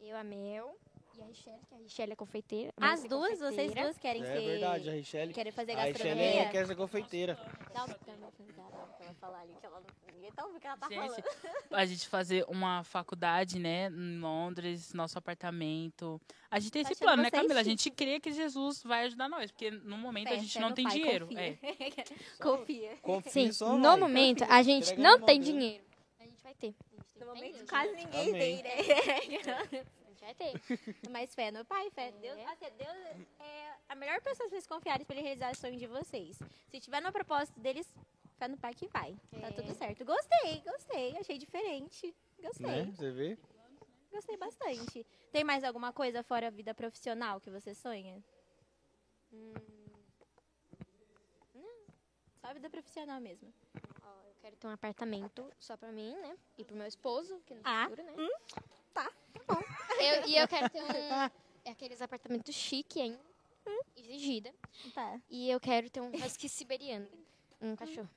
L: Eu, a Mel e a Richelle, que a Richelle é confeiteira. a Mel
C: As
L: é
C: duas, vocês
L: confeiteira.
C: duas querem
I: É verdade, a Richelle.
C: Querem fazer
I: a Richelle
C: gastronomia?
I: é- quer ser confeiteira.
C: Dá um pra mim, pra ela falar ali, que ela não... Ninguém tá ouvindo o que ela tá
E: Gente,
C: falando.
E: a gente fazer uma faculdade, né, em Londres, nosso apartamento. A gente tem
C: Tá
E: esse
C: achando
E: plano, né,
C: vocês
E: Camila? A
C: chique.
E: gente crê que Jesus vai ajudar nós, porque no momento
C: Fé,
E: a gente
C: fé
E: não
C: no
E: tem
C: pai,
E: dinheiro.
C: confia.
E: É.
C: Confia.
E: Confia
L: Sim,
E: só
L: no
E: vai.
L: momento
E: Confia.
L: a gente
E: Entrega
L: não
E: na
L: tem
E: mão dele.
L: dinheiro. A gente vai ter.
C: No momento, quase ninguém
L: Amém.
C: tem, né?
L: A gente vai ter.
C: Mas fé no pai, fé em Deus. Assim, Deus é a melhor pessoa pra vocês confiarem pra ele realizar o sonho de vocês. Se tiver no propósito deles, fé no pai que vai.
L: É.
C: Tá tudo certo. Gostei, gostei. Achei diferente. Gostei.
I: Né? Você vê?
C: Gostei bastante. Tem mais alguma coisa fora a vida profissional que você sonha?
L: Hum.
C: Só a vida profissional mesmo.
L: Ó, eu quero ter um apartamento só pra mim, né? E pro meu esposo, que no
C: Ah,
L: futuro, né?
C: hum,
L: tá, tá bom. e eu quero ter um, aqueles apartamentos chique ainda, exigida.
C: Hum. Tá.
L: E eu quero ter um husky siberiano, um cachorro.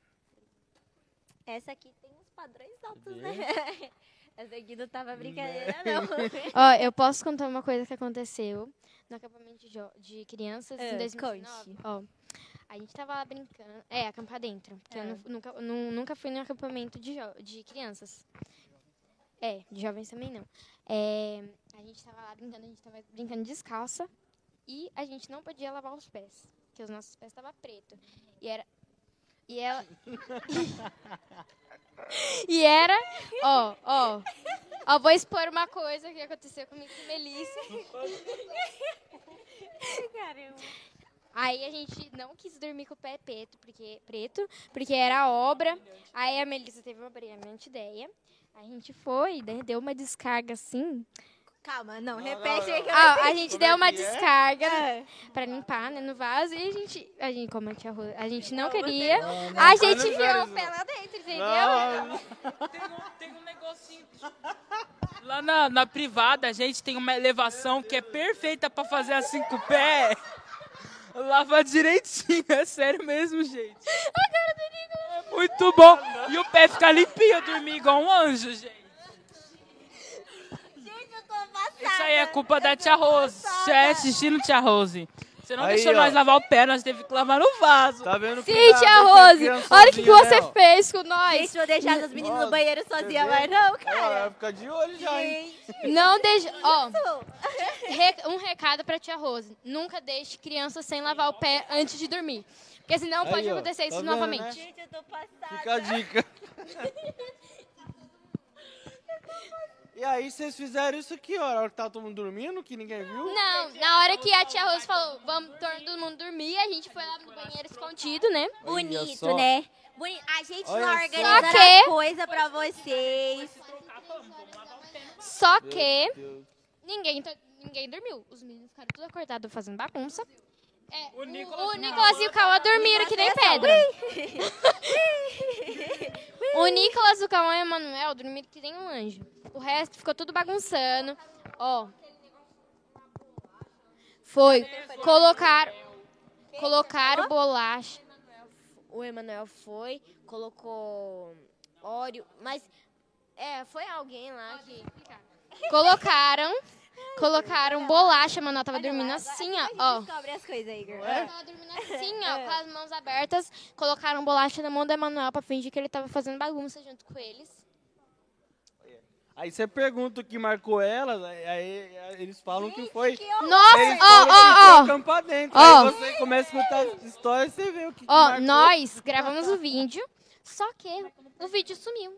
C: Essa aqui tem uns padrões altos,
L: Vê?
C: né? Essa aqui não tava brincadeira, Ah, não.
L: Ó, eu posso contar uma coisa que aconteceu no acampamento de, jo- de crianças
C: Ah,
L: em 2019.
C: conte.
L: Ó, a gente tava lá brincando, é, acampar dentro, porque eu
C: Ah.
L: nu- nunca, nu- nunca fui num acampamento de, jo- de crianças. É, de jovens também não. É, a gente tava lá brincando, a gente tava brincando descalça e a gente não podia lavar os pés, porque os nossos pés estavam pretos. E era... E ela... E era, ó, ó, ó, vou expor uma coisa que aconteceu comigo com Melissa.
C: Caramba.
L: Aí a gente não quis dormir com o pé preto, porque, preto, porque era obra. Aí a Melissa teve uma brilhante ideia. A gente foi, né, deu uma descarga assim,
C: Calma, não, repete aí que eu Ah.
L: Ah,
C: não
L: a
C: entendi. É.
L: gente
E: é
I: é
L: deu uma descarga pra limpar, né, no vaso. E a gente, a gente como é a tia Ro- a gente não queria.
I: né?
E: não,
L: a
E: não,
L: gente
E: não,
L: viu
E: não,
L: o
E: não.
H: Tá
L: pé lá dentro, entendeu?
E: Não. Tem um, tem um negocinho. Lá na, na privada, a gente tem uma elevação que é perfeita pra fazer assim com o pé. Lava direitinho, é sério mesmo, gente.
L: A cara do Nicolas.
E: Muito bom. E o pé fica limpinho, eu dormi igual um anjo, gente. Isso aí é culpa da tia Rose. Já é xixi no tia Rose. Você não
I: Aí,
E: deixou
I: ó.
E: nós lavar o pé, nós teve que lavar no vaso.
I: Tá vendo?
L: Sim, tia Rose, olha o que, que você
I: né,
L: fez com nós.
C: Gente, vou deixar os meninos no banheiro sozinha, mas não, cara.
I: Fica de olho já, hein?
L: Não deixe. Ó, re- um recado pra tia Rose. Nunca deixe criança sem lavar o pé antes de dormir. Porque senão
I: Aí,
L: pode
I: ó,
L: acontecer
I: tá
L: isso
I: vendo, né?
L: novamente.
C: Gente, eu tô passada.
I: Fica a dica. E aí, vocês fizeram isso aqui, ó, na hora que tava todo mundo dormindo, que ninguém viu?
L: Não, na hora que a tia Rose falou, vamos todo mundo dormir, a gente foi lá no banheiro escondido, né?
I: Bonito,
C: só. né? Boni- A gente
L: Olha
C: não
L: só.
C: organiza
L: Só que-
C: a coisa pra vocês.
L: Só que ninguém, to- ninguém dormiu. Os meninos ficaram tudo acordados fazendo bagunça. É, o, o Nicolas e o Cauã dormiram que nem pedra. O Nicolas, o Cauã e o Emanuel dormiram que nem um anjo. O resto ficou tudo bagunçando. Ó. Foi. Colocaram. Colocaram bolacha.
K: O Emanuel foi, colocou óleo, mas é, foi alguém lá que.
L: Colocaram. Colocaram bolacha, mano. Ela tava dormindo assim, ó. ó.
C: Descobre as coisas, Igor.
E: é?
L: Ela tava dormindo assim, ó, com as mãos abertas. Colocaram bolacha na mão do Emanuel pra fingir que ele tava fazendo bagunça junto com eles.
I: Aí você pergunta o que marcou elas, aí- aí aí eles falam que foi.
L: Nossa,
I: eles
L: ó,
I: falam
L: ó,
I: que
L: ó.
I: foi o campo adentro.
L: Ó.
I: Aí você começa a escutar as histórias e você vê o que, que
L: Ó,
I: marcou.
L: nós gravamos o vídeo, só que o vídeo sumiu.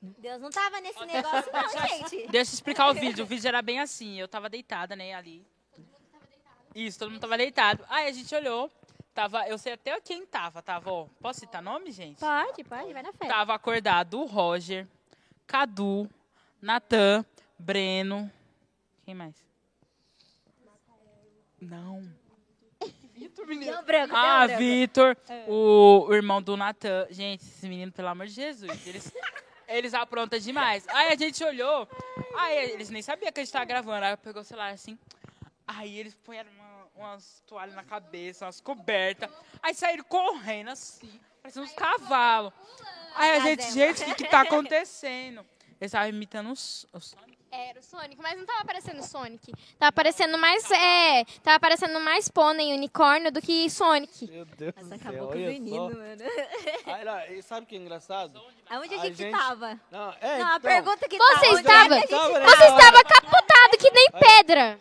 C: Deus não tava nesse negócio, não, gente.
E: Deixa eu explicar o vídeo. O vídeo era bem assim. Eu tava deitada, né, ali. Isso, todo mundo tava deitado. Aí a gente olhou. Tava, eu sei até quem tava, tava, ó. Posso citar nome, gente?
C: Pode, pode, vai na fé.
E: Tava acordado o Roger, Cadu, Natan, Breno. Quem mais? Não. Vitor, menino.
C: Deu um branco, deu
E: ah,
C: branco. É.
E: Vitor, o, o irmão do Natan. Gente, esse menino, pelo amor de Jesus, eles, eles aprontam demais. Aí a gente olhou, aí eles nem sabiam que a gente tava gravando. Aí pegou o celular assim, aí eles punharam uma- umas toalhas na cabeça, umas cobertas. Aí saíram correndo assim, parecendo uns cavalos. Aí a gente, gente, o que, que tá acontecendo? Eles estavam imitando os, os
L: Era o Sonic, mas não tava aparecendo Sonic.
M: Tá
L: Tava aparecendo mais, é, tava aparecendo mais pônei unicórnio do que Sonic.
I: Meu Deus do céu,
C: acabou com o
I: olha
C: menino, né?
I: só.
C: mano.
I: Aí, lá, e sabe o que é engraçado?
C: Aonde a gente tava?
I: Não, é,
C: Não, a
I: então,
C: pergunta que
L: Você
C: tá,
L: estava,
C: onde é que a gente
I: tava, né?
L: você estava capotado que nem pedra.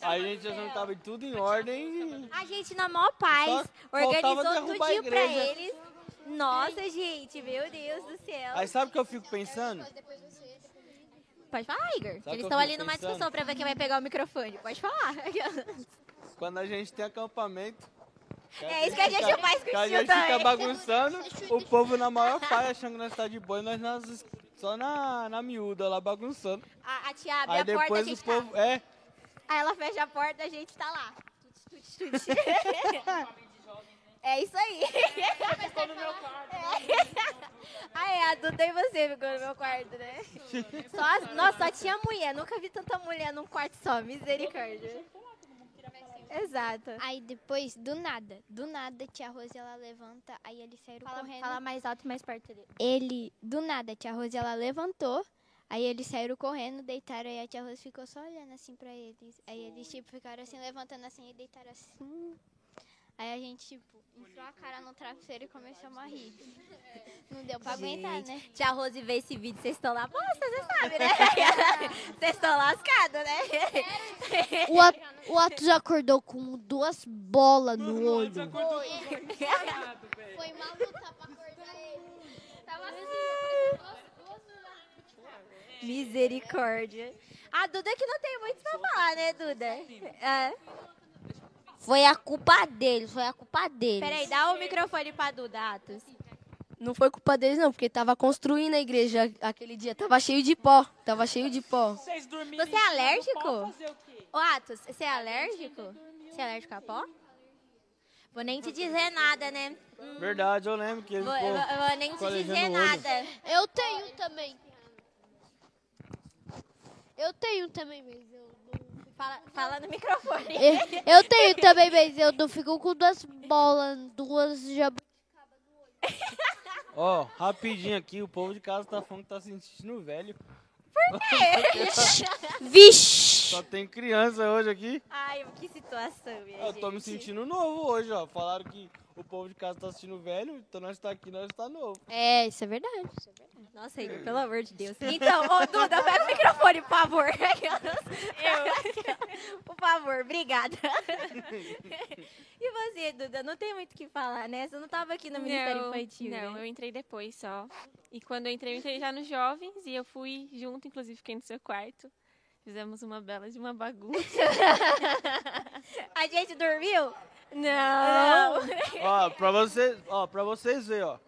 I: A gente juntava tudo em ordem e...
C: A gente, na maior paz,
I: Só faltava
C: organizou
I: derrubar a
C: tudinho pra
I: igreja.
C: eles. Nossa, gente, meu Deus do céu.
I: Aí sabe o que eu fico pensando?
C: Pode falar, Igor.
I: que
C: que eles
I: eu
C: estão
I: fico
C: ali numa
I: pensando?
C: discussão pra ver quem vai pegar o microfone. Pode falar.
I: Quando a gente tem acampamento...
C: É isso que a gente
I: fica-
C: faz com
I: que
C: o
I: A
C: tio
I: gente fica
C: também.
I: bagunçando, o povo na maior paz achando que nós tá de boa, e nós nas- só na, na miúda lá bagunçando.
C: A, a tia abre
I: Aí
C: a porta, a
I: depois
C: gente tá.
I: o povo... É,
C: Aí ela fecha a porta, a gente tá lá. Tuts, tuts, tuts. é isso aí. Ficou no meu quarto. né? Ah, é, a Duda e você ficou no meu quarto, né? Só as- nossa, só tinha mulher. Nunca vi tanta mulher num quarto só. Misericórdia. Exato.
J: Aí depois, do nada, do nada, tia Rose ela levanta, aí eles saíram
C: Fala,
J: correndo.
C: fala mais alto e mais perto dele.
J: Ele, do nada, a tia Rose ela levantou, aí eles saíram correndo, deitaram, aí a tia Rose ficou só olhando assim pra eles. Aí eles, tipo, ficaram assim, levantando assim e deitaram assim. Aí a gente, tipo, enfiou a cara no travesseiro e começamos a rir. Não deu pra aguentar,
C: Gente,
J: né?
C: Tia Rose vê esse vídeo, vocês estão lá. Nossa, você sabe, né? Vocês estão lascados, né?
N: O, At- o Atos acordou com duas bolas no olho.
J: Foi uma luta pra acordar ele. Tava
H: assim,
C: Misericórdia. A Duda que não tem muito pra falar, né, Duda? É.
N: Foi a culpa dele, foi a culpa dele.
C: Peraí, dá o microfone pra Duda, Atos.
D: Não foi culpa deles, não, porque tava construindo a igreja aquele dia. Tava cheio de pó. Tava cheio de pó.
E: Vocês dormiram
C: Você é alérgico? Ô, Atos, você é alérgico? Você é alérgico a pó? Vou nem te dizer nada, né? Hum,
I: Verdade, eu lembro que ele
C: vou,
I: ficou
C: eu- eu vou nem te
I: calejando o
C: dizer
I: olho.
C: nada.
N: Eu tenho também. Eu tenho também, mas eu não...
C: Fala, fala no microfone.
N: Eu tenho também, mas eu não fico com duas bolas, duas jab...
I: Ó, rapidinho aqui, o povo de casa tá falando que tá se sentindo velho.
C: Por quê?
N: Vixe!
I: Só tem criança hoje aqui.
C: Ai, que situação, minha
I: Eu tô me
C: Ah, gente.
I: sentindo novo hoje, ó. Falaram que o povo de casa tá assistindo velho, então nós tá aqui, nós tá novo.
N: É, isso é verdade.
C: Nossa, Igor, pelo amor de Deus. Então, ô Duda, pega o microfone, por favor. Eu. Por favor, obrigada. E você, Duda? Não tem muito o que falar, né? Você não tava aqui no Ministério
O: não,
C: Infantil,
O: Não,
C: né?
O: eu entrei depois só. E quando eu entrei, eu entrei já nos jovens e eu fui junto, inclusive fiquei no seu quarto. Fizemos uma bela de uma bagunça.
C: A gente dormiu?
O: Não.
I: Ó, pra vocês, ó, pra vocês verem, ó.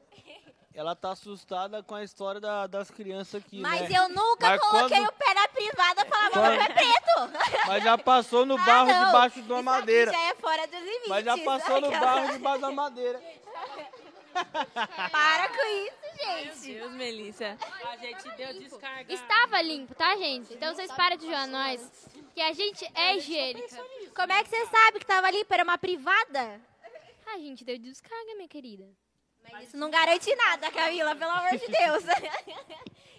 I: Ela tá assustada com a história da- das crianças aqui,
C: Mas
I: né?
C: eu nunca
I: Mas
C: coloquei
I: quando-
C: o pé na privada e falava
I: Quando-
C: meu pé preto.
I: Mas já passou no barro
C: não.
I: debaixo de uma madeira.
C: Já é fora dos limites.
I: Mas já passou no
C: Aquela-
I: barro debaixo da madeira.
C: Para com isso, gente.
O: Meu Deus, Melissa.
E: A gente deu descarga.
M: Estava limpo, tá, gente? Então vocês param de zoar nós, que a gente é higiênica.
C: Como é que você sabe que tava ali? Era uma privada?
M: A Ah, gente deu descarga, minha querida.
C: Mas isso não garante nada, Camila, pelo amor de Deus.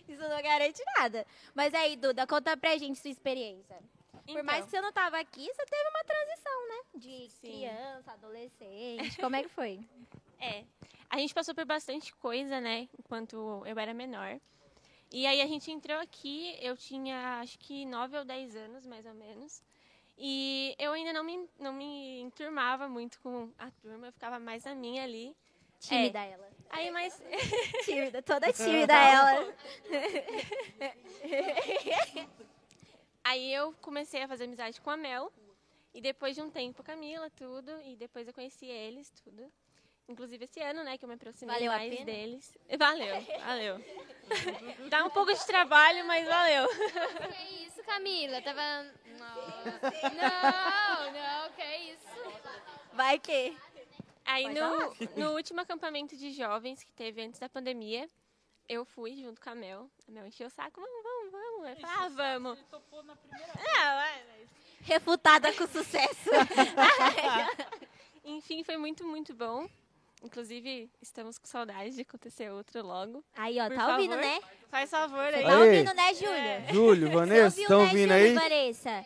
C: isso não garante nada. Mas aí, Duda, conta pra gente sua experiência. Por
O: Então.
C: mais que você não tava aqui, você teve uma transição, né? De criança, adolescente. Como é que foi?
O: É. A gente passou por bastante coisa, né? Enquanto eu era menor. E aí a gente entrou aqui, eu tinha acho que 9 ou 10 anos, mais ou menos. E eu ainda não me, não me enturmava muito com a turma, eu ficava mais na minha ali.
C: Tímida
O: É.
C: ela.
O: Aí, mas.
C: Tímida, toda tímida
O: um
C: ela.
O: Aí eu comecei a fazer amizade com a Mel. E depois de um tempo, Camila, tudo. E depois eu conheci eles, tudo. Inclusive esse ano, né, que eu me aproximei
C: Valeu a
O: mais
C: pena?
O: deles. Valeu, valeu. Dá um pouco de trabalho, mas valeu.
M: Que isso, Camila? Tava. Não, não, não, que isso.
C: Vai que.
O: Aí
C: Pode
O: no,
C: falar.
O: no último acampamento de jovens que teve antes da pandemia, eu fui junto com a Mel. A Mel encheu o saco, vamos, vamos, vamos. Eu falei, ah, vamos.
C: Ah,
O: Não, é, mas-
C: Refutada com sucesso.
O: Enfim, foi muito, muito bom. Inclusive, estamos com saudade de acontecer outro logo.
C: Aí, ó,
O: Por
C: tá ouvindo,
O: favor.
C: né?
O: Faz favor aí. É.
I: tá Aê. ouvindo, né,
C: Júlia?
I: Júlio, Vanessa, estão
C: Júlia
I: vindo
C: e
I: aí?
C: Vanessa?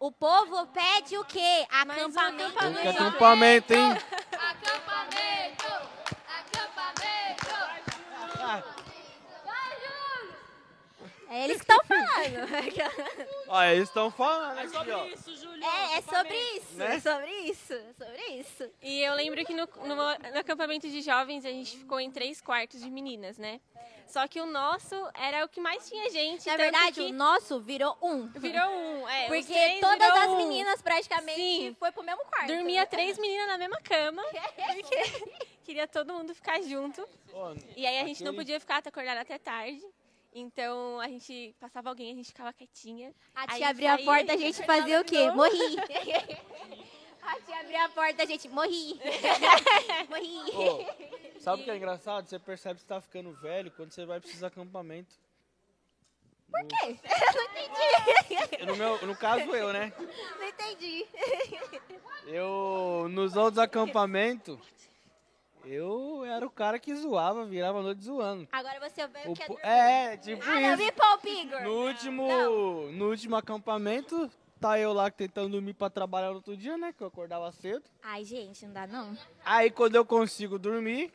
C: O povo pede o quê? Acampamento.
I: Tem que acampamento, hein?
M: Acampamento! Acampamento! Vai, Júlio!
C: É eles que estão falando.
I: Ó, eles estão falando aqui, ó.
O: isso, Júlio.
C: É, é sobre isso,
I: Né?
C: é sobre isso, é sobre isso.
O: E eu lembro que no, no, no acampamento de jovens a gente ficou em três quartos de meninas, né? Só que o nosso era o que mais tinha gente.
C: Na
O: tanto
C: verdade,
O: que
C: o nosso virou um.
O: Virou um, é. os
C: Porque
O: três
C: todas
O: virou
C: as
O: um.
C: meninas praticamente
O: Sim.
C: foi pro mesmo quarto. né? É
O: Dormia três meninas na mesma cama. porque queria todo mundo ficar junto. E aí a gente não
C: aquele-
O: podia ficar até acordada até tarde. Então a gente passava alguém, a gente ficava quietinha.
C: A
O: Aí
C: tia abria a
O: saía,
C: porta, a gente
O: acordava
C: fazia o
O: de
C: quê?
O: novo.
C: Morri. A tia abria a porta, a gente morri. morri.
I: Ô, sabe o que é engraçado? Você percebe que você tá ficando velho quando você vai pra esses acampamentos.
C: Por quê? Eu não entendi.
I: No, meu, no caso, eu, né?
C: Não entendi.
I: Eu, nos outros acampamentos, eu era o cara que zoava, virava a noite zoando.
C: Agora você veio
I: O
C: que é
I: po-
C: dormir.
I: é, tipo
C: Ah, não,
I: isso.
C: me poupa, Igor.
I: No último, no último acampamento, tá eu lá tentando dormir pra trabalhar no outro dia, né? Que eu acordava cedo.
C: Ai, gente, não dá não.
I: Aí quando eu consigo dormir,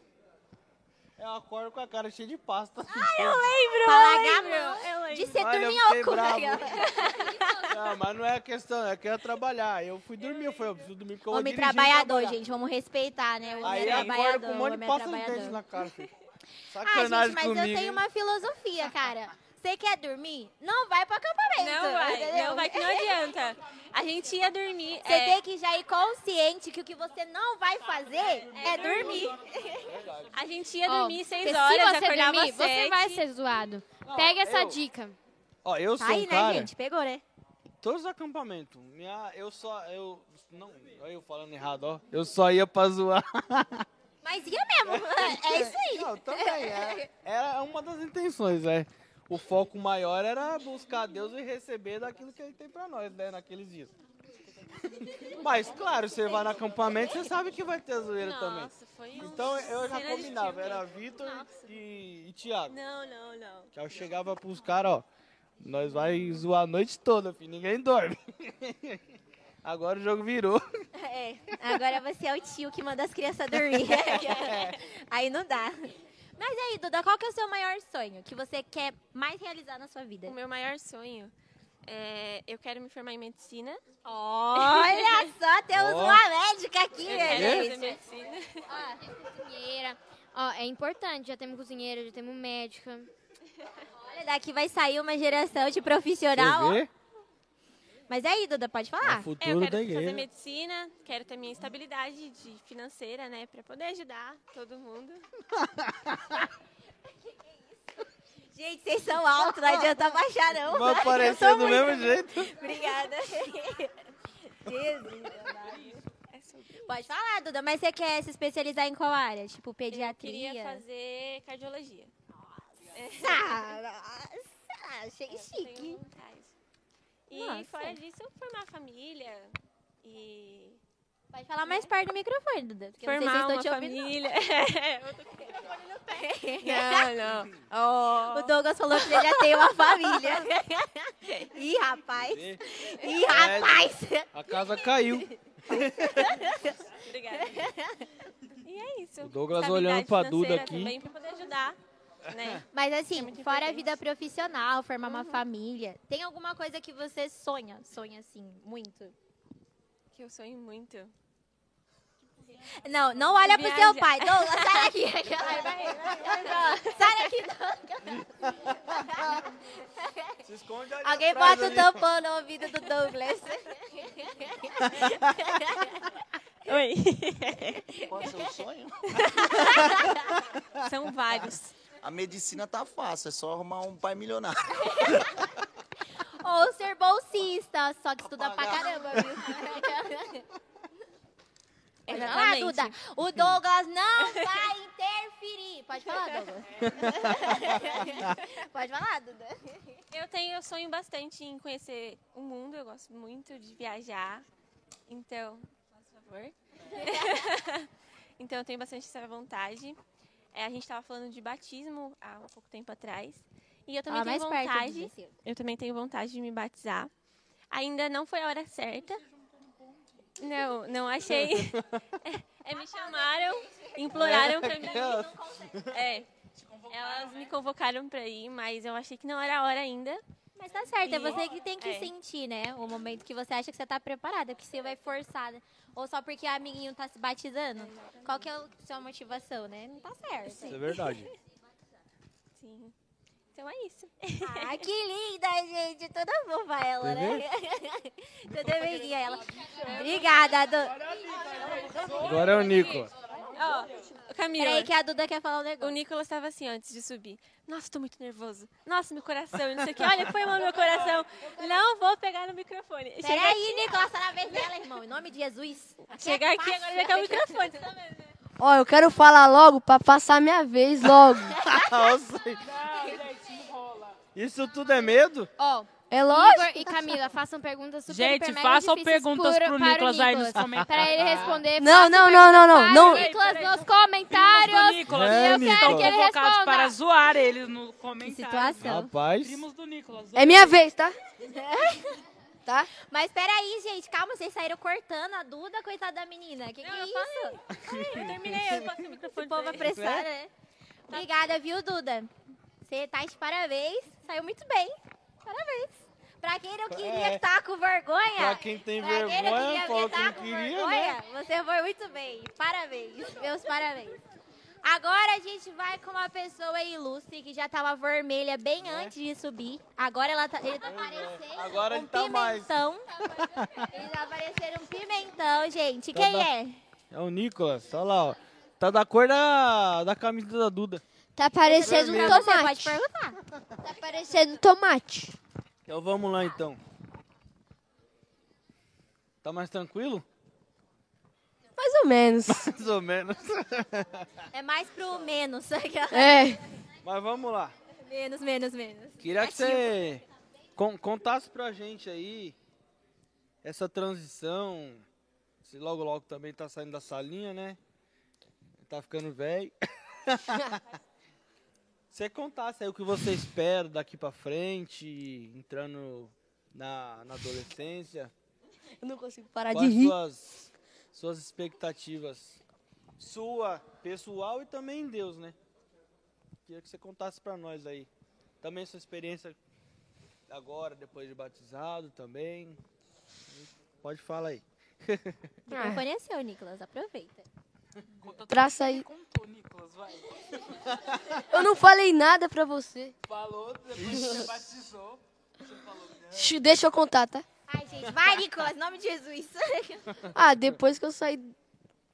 I: eu acordo com a cara cheia de pasta. Ai, eu
C: lembro, Pra largar a mão. De ser
I: Olha, eu
C: dorminhoco.
I: fiquei Não, mas não é questão, é que eu ia trabalhar. Eu fui dormir, eu falei, eu preciso dormir porque eu vou
C: Homem
I: dirigir e
C: trabalhador,
I: trabalhar.
C: gente, vamos respeitar, né? Homem
I: Aí acordo
C: trabalhador,
I: com um monte de
C: homem
I: pasta de
C: trabalhador.
I: dente na cara. filho.
C: Ah,
I: Sacanagem
C: gente, mas
I: comigo.
C: eu tenho
I: hein?
C: uma filosofia, cara. Você quer dormir? Não vai pro acampamento.
O: Não vai,
C: entendeu?
O: não vai que não adianta. A gente ia dormir.
C: Você
O: é,
C: tem que já ir consciente que o que você não vai fazer é, dormir.
O: A gente ia
M: Ó,
O: dormir seis
M: porque
O: horas,
M: se você
O: acordava
M: dormir, você
O: sete.
M: vai ser zoado. Pega essa
I: eu-
M: dica.
I: Ó, eu sou
M: Tá aí,
I: um
M: né,
I: cara...
M: gente?
C: Pegou, né?
I: Todos os acampamentos. Minha, eu só... Eu, não, olha eu falando errado, ó. Eu só ia pra zoar.
C: Mas ia mesmo. É isso aí.
I: Não, também é. Era uma das intenções, é. O foco maior era buscar Deus e receber daquilo que Ele tem pra nós, né, naqueles dias. Mas, claro, você vai no acampamento, você sabe que vai ter zoeira também.
C: um
I: Então, eu já combinava, era Vitor e, e Tiago.
O: Não, não, não.
I: Que eu chegava pros caras, ó, nós vai zoar a noite toda, filho, ninguém dorme. Agora o jogo virou.
C: É, agora você é o tio que manda as crianças dormir. aí não dá. Mas aí, Duda, qual que é o seu maior sonho que você quer mais realizar na sua vida?
O: O meu maior sonho é... Eu quero me formar em medicina.
C: Olha só, temos
O: Ó.
C: uma médica aqui,
O: Eu
I: É
C: né,
O: quero
C: gente?
O: fazer medicina.
M: Cozinheira. Ó, é importante, já temos cozinheira, já temos médica.
C: Olha, daqui vai sair uma geração de profissional. ó.
I: Quer ver?
C: Mas aí, Duda, pode falar.
I: É o futuro
O: É, eu quero
I: da
O: fazer
I: igreja.
O: medicina, quero ter minha estabilidade de financeira, né? Pra poder ajudar todo mundo.
C: Gente, vocês são altos, não adianta baixar, não.
I: Vai aparecer
C: Eu tô
I: do
C: muito-
I: mesmo jeito.
C: Obrigada. Jesus. amado. Pode falar, Duda, mas você quer se especializar em qual área? Tipo, pediatria?
O: Queria fazer cardiologia.
C: Ah, nossa, achei chique.
O: um E
C: Nossa.
O: fora disso, formar família e...
C: Pode falar mais perto do microfone, Duda. Porque eu não sei se
O: Formar
C: eu estou
O: uma
C: te ouvindo, não.
O: família. É, eu tô com o microfone no pé. Não, Oh. não.
C: O Douglas falou que ele já tem uma família. Ih, rapaz. Ih, rapaz.
I: A casa caiu.
O: Obrigada. E é isso.
I: O Douglas
O: Estabilidade
I: olhando pra Duda
O: financeira
I: aqui.
O: Também pra poder ajudar, né?
C: Mas assim, fora a vida profissional, formar
O: Uhum.
C: uma família, tem alguma coisa que você sonha? Sonha, assim, muito?
O: Que eu sonho muito.
C: Não, não olha pro seu
O: Viajar.
C: pai. Douglas, sai daqui.
O: Vai, vai, vai, vai.
C: Sai daqui, Douglas.
I: Se esconde ali
C: Alguém
I: atrás
C: bota o
I: ali.
C: tampão no ouvido do Douglas.
O: Oi.
B: Pode ser um sonho?
O: São vários.
B: A medicina tá fácil, é só arrumar um pai milionário.
C: Ou ser bolsista, só que estuda pra caramba, viu? Olha
O: Exatamente.
C: lá, Duda. O Douglas não vai interferir. Pode falar, Douglas. Pode falar, Duda.
O: Eu tenho, eu sonho bastante em conhecer o mundo, eu gosto muito de viajar. Então, faz favor. então eu tenho bastante essa vontade. É, a gente estava falando de batismo há um pouco tempo atrás. E eu também
C: Fala
O: tenho
C: mais perto,
O: vontade.
C: Duda.
O: eu também tenho vontade de me batizar. Ainda não foi a hora certa. Não, não achei. É, é, me chamaram, imploraram pra mim. É, elas me convocaram pra ir, mas eu achei que não era a hora ainda.
C: Mas tá certo, é
O: E-
C: você que tem que
O: é.
C: sentir, né? O momento que você acha que você tá preparada, porque você vai forçada. Ou só porque a amiguinho tá se batizando. Qual que é a sua motivação, né? Não tá certo.
I: Isso é verdade.
O: Sim. Então é isso.
C: Ah, que linda, gente. Toda fofa ela, né? Toda amiguinha ela. Obrigada, Duda.
I: Agora é o Nico.
O: Ó, Camila.
C: Peraí que a Duda quer falar um negócio.
O: O Nicolas estava assim antes de subir. Nossa, tô muito nervoso. Nossa, meu coração, e não sei o que. Olha, põe a mão no meu coração. Não vou pegar no microfone. Chega
C: Peraí,
O: aqui-
C: Nicolas, tá na vez dela, irmão. Em nome de Jesus. é
O: Chega aqui, agora já quer o microfone. Você tá vendo?
D: Ó, eu quero falar logo pra passar minha vez logo.
I: Nossa, Isso tudo é medo?
M: Ó,
D: É lógico.
M: Igor e Camila, façam perguntas super,
I: Gente,
M: hiper, mega
I: façam
M: difíceis
I: perguntas
M: pro-
I: pro
M: para o
I: Nicolas aí nos
M: Pra
I: comentários.
M: ele responder.
D: Não,
M: façam
D: não, não, não, não,
M: perguntas
D: não.
M: para o Nicolas nos comentários.
E: do É, Nicolas.
M: E eu
E: eles
M: quero
E: estão
M: que ele
E: convocados
M: responda.
E: para zoar eles no comentário.
C: situação.
I: Rapaz.
E: Primos do Nicolas.
D: É minha vez, tá?
C: Tá? Mas peraí, gente, calma, vocês saíram cortando a Duda, coitada da menina. Que que é isso?
O: Eu terminei, eu passo o microfone.
C: O povo
O: pra ele.
C: apressar, né? Obrigada, viu, Duda? Você tá de parabéns, saiu muito bem. Parabéns. Pra quem não queria
I: É.
C: que tá com vergonha.
I: Pra quem tem
C: pra quem não
I: vergonha,
C: queria
I: falou
C: que
I: que né?
C: tá
I: não
C: com
I: queria,
C: vergonha,
I: né?
C: você foi muito bem. Parabéns, meus parabéns. Agora a gente vai com uma pessoa ilustre que já tava
I: Né?
C: vermelha bem antes de subir. Agora ela tá. Ele tá
I: É.
C: aparecendo.
I: Agora
C: um
I: ele tá mais.
C: pimentão. Ele tá aparecendo um pimentão, gente.
I: Tá
C: Quem
I: da-
C: é?
I: É o Nicolas, olha lá, ó. Tá da cor da, da camisa da Duda.
N: Tá parecendo um
C: Pra Você
N: tomate.
C: pode perguntar.
N: Tá parecendo um tomate.
I: Então vamos lá então. Tá mais tranquilo?
D: Mais ou menos.
I: Mais ou menos.
C: É mais pro menos. aquela-
D: É.
I: Mas vamos lá.
C: Menos, menos, menos.
I: Queria que você con- contasse pra gente aí essa transição. Você logo logo também tá saindo da salinha, né? Tá ficando velho. você contasse aí o que você espera daqui pra frente, entrando na, na adolescência.
D: Eu não consigo parar
I: Quais
D: de rir.
I: Suas, suas expectativas. Sua, pessoal e também em Deus, né? Queria que você contasse pra nós aí. Também sua experiência agora, depois de batizado também. Pode falar aí.
C: O microfone é seu, Nicolas. Aproveita.
D: Pra sair.
E: Contou, Nicolas, vai.
D: Eu não falei nada pra você.
E: Falou, depois você batizou.
D: Sh- Deixa eu contar, tá?
C: Ai, gente. Vai, Nicolas, em nome de Jesus.
D: Ah, depois que eu sair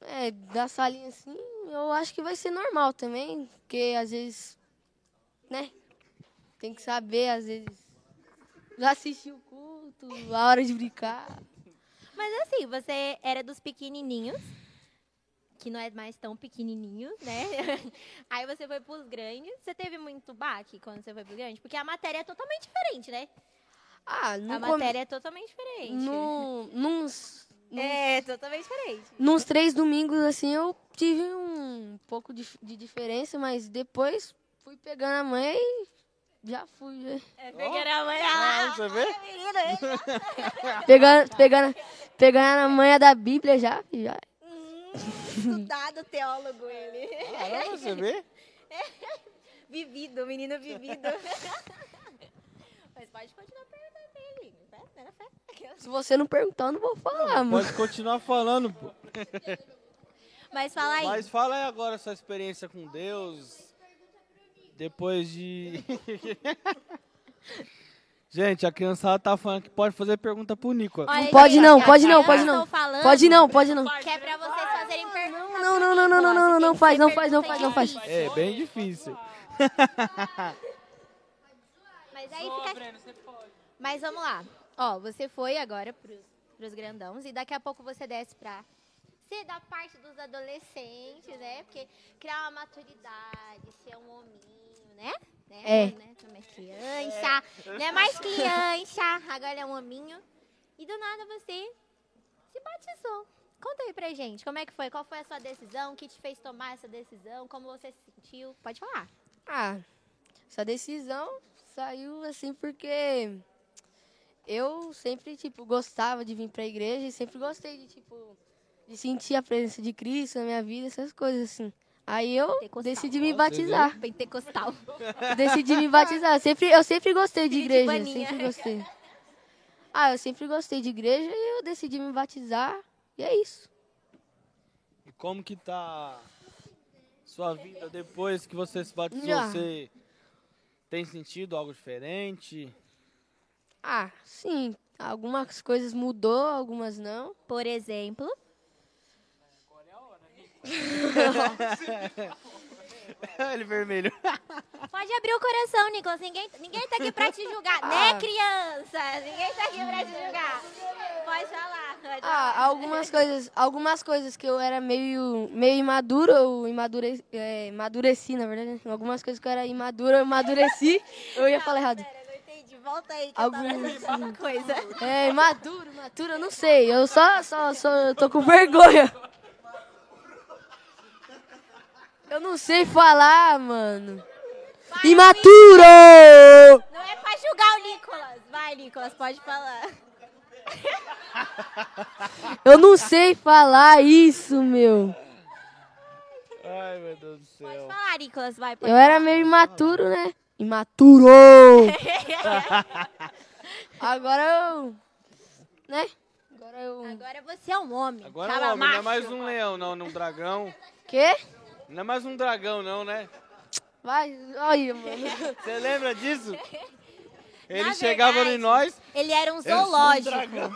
D: é, da salinha assim, eu acho que vai ser normal também, porque às vezes, né? Tem que saber, às vezes, assistir o culto, a hora de brincar.
C: Mas assim, você era dos pequenininhos, que não é mais tão pequenininho, né? Aí você foi pros grandes. Você teve muito baque quando você foi pros grandes? Porque a matéria é totalmente diferente, né?
D: Ah, no
C: A
D: come-
C: matéria é totalmente diferente.
D: No, nos,
C: É, totalmente diferente.
D: nos três domingos, assim, eu tive um pouco de, de diferença, mas depois fui pegando a mãe e já fui. né? já.
C: É, pegar a mãe
I: Ah, você vê?
D: Pegando, pegando, pegando a manha da Bíblia já, filho, já.
C: Estudado teólogo ele.
I: Caramba, Ah, é? você vê?
C: Vivido, menino vivido. Mas pode continuar perguntando ele. Né? Era fé.
D: Se você não perguntar, eu não vou falar, mano.
I: Pode continuar falando, pô.
C: Mas fala aí.
I: Mas fala aí agora sua experiência com Deus. Depois de. Gente, a criançada tá falando que pode fazer pergunta pro Nico.
C: Olha, gente,
D: pode não,
C: a
D: pode não,
C: criança
D: pode não.
C: tá falando
D: Pode não, pode não.
C: Que é pra vocês fazerem perguntas.
D: Não, não, não, não, não, não, não, não faz, não faz, não faz, não faz.
I: É bem difícil.
C: Mas aí fica. Mas vamos lá. Ó, você foi agora pros, pros grandãos e daqui a pouco você desce pra ser da parte dos adolescentes, né? Porque criar uma maturidade, ser um hominho, né? né?
D: É.
C: Né? Não é criança, não é mais criança, agora é um hominho. E do nada você se batizou. Conta aí pra gente, como é que foi? Qual foi a sua decisão? O que te fez tomar essa decisão? Como você se sentiu? Pode falar.
D: Ah, essa decisão saiu assim porque eu sempre, tipo, gostava de vir pra igreja e sempre gostei de, tipo, de sentir a presença de Cristo na minha vida, essas coisas assim. Aí eu decidi me batizar.
C: Pentecostal.
D: decidi me batizar. Sempre, eu sempre gostei de
C: Filho de
D: igreja,
C: Baninha.
D: sempre gostei. Ah, eu sempre gostei de igreja e eu decidi me batizar. E é isso.
I: E como que tá sua vida depois que você se batizou?
D: Já.
I: Você tem sentido algo diferente?
D: Ah, sim, algumas coisas mudou, algumas não.
C: Por exemplo,
I: Ele vermelho.
C: Pode abrir o coração, Nicolas. Ninguém, ninguém tá aqui pra te julgar, né,
D: Ah.
C: criança? Ninguém tá aqui pra te julgar. Pode falar. Pode falar.
D: Ah, algumas coisas, algumas coisas que eu era meio, meio imaduro, eu imadure, é, amadureci, na verdade. né? Algumas coisas que eu era imadura, eu amadureci. Eu ia falar errado.
C: Pera, não Ah, entendi. Volta aí que eu tava
D: Algumas-
C: pensando uma coisa.
D: É, imaduro, imaturo, eu não sei. Eu só, só, só eu tô com vergonha. Eu não sei falar, mano. Imaturo!
C: Não é pra julgar o Nicolas. Vai, Nicolas, pode falar.
D: Eu não sei falar isso, meu.
I: Ai, meu Deus do céu.
C: Pode falar, Nicolas, vai. pode
D: Eu era
C: falar.
D: meio imaturo, né? Imaturo! Agora eu. Né? Agora eu.
C: Agora você é um homem.
I: Agora
C: Tava
I: não, não é
C: macho.
I: mais um leão, não, não um dragão.
D: Quê?
I: Não é mais um dragão, não, né?
D: Vai, olha, mano.
I: Você lembra disso? Ele
K: Na
I: chegava em
K: verdade,
I: nós.
K: Ele era um
I: "Eu sou
K: zoológico.
I: dragão."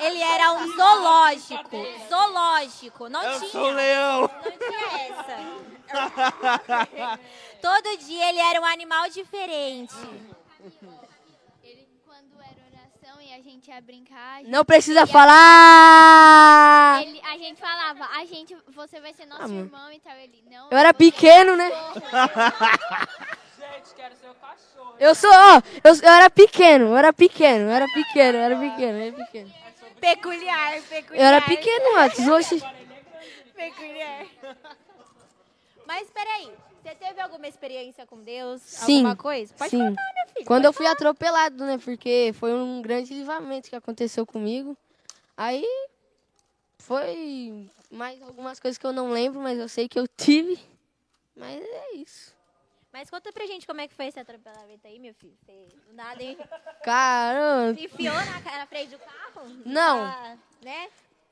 K: Ele era um zoológico. Zoológico. Não
I: Eu
K: tinha.
I: sou um leão.
K: Não tinha essa. Todo dia ele era um animal diferente.
J: Então, e a gente ia brincar. a gente
D: Não precisa
J: ia-
D: falar!
N: Ah.
J: Ele- a gente falava, a gente, você vai ser nosso
D: Ah, mano.
J: irmão e tal. Ele, não.
D: Eu era
J: você é
D: pequeno, né?
E: Gente, quero ser o cachorro.
D: Eu sou, ó, eu, eu era pequeno, eu era pequeno, eu era pequeno, eu era pequeno, eu era pequeno.
K: Peculiar, peculiar.
D: Eu era pequeno, Matos, hoje...
K: Peculiar. Mas peraí, você teve alguma experiência com Deus?
D: Sim.
K: Alguma coisa? Pode
D: sim.
K: contar, minha filha.
D: Quando
K: pode
D: eu fui atropelado, né? Porque foi um grande livramento que aconteceu comigo. Aí foi mais algumas coisas que eu não lembro, mas eu sei que eu tive. Mas é isso.
C: Mas conta pra gente como é que foi esse atropelamento aí, meu filho. Você, do nada, hein?
D: Caramba.
C: Se enfiou na, ca- na frente do carro?
D: Não.
C: Ah, né?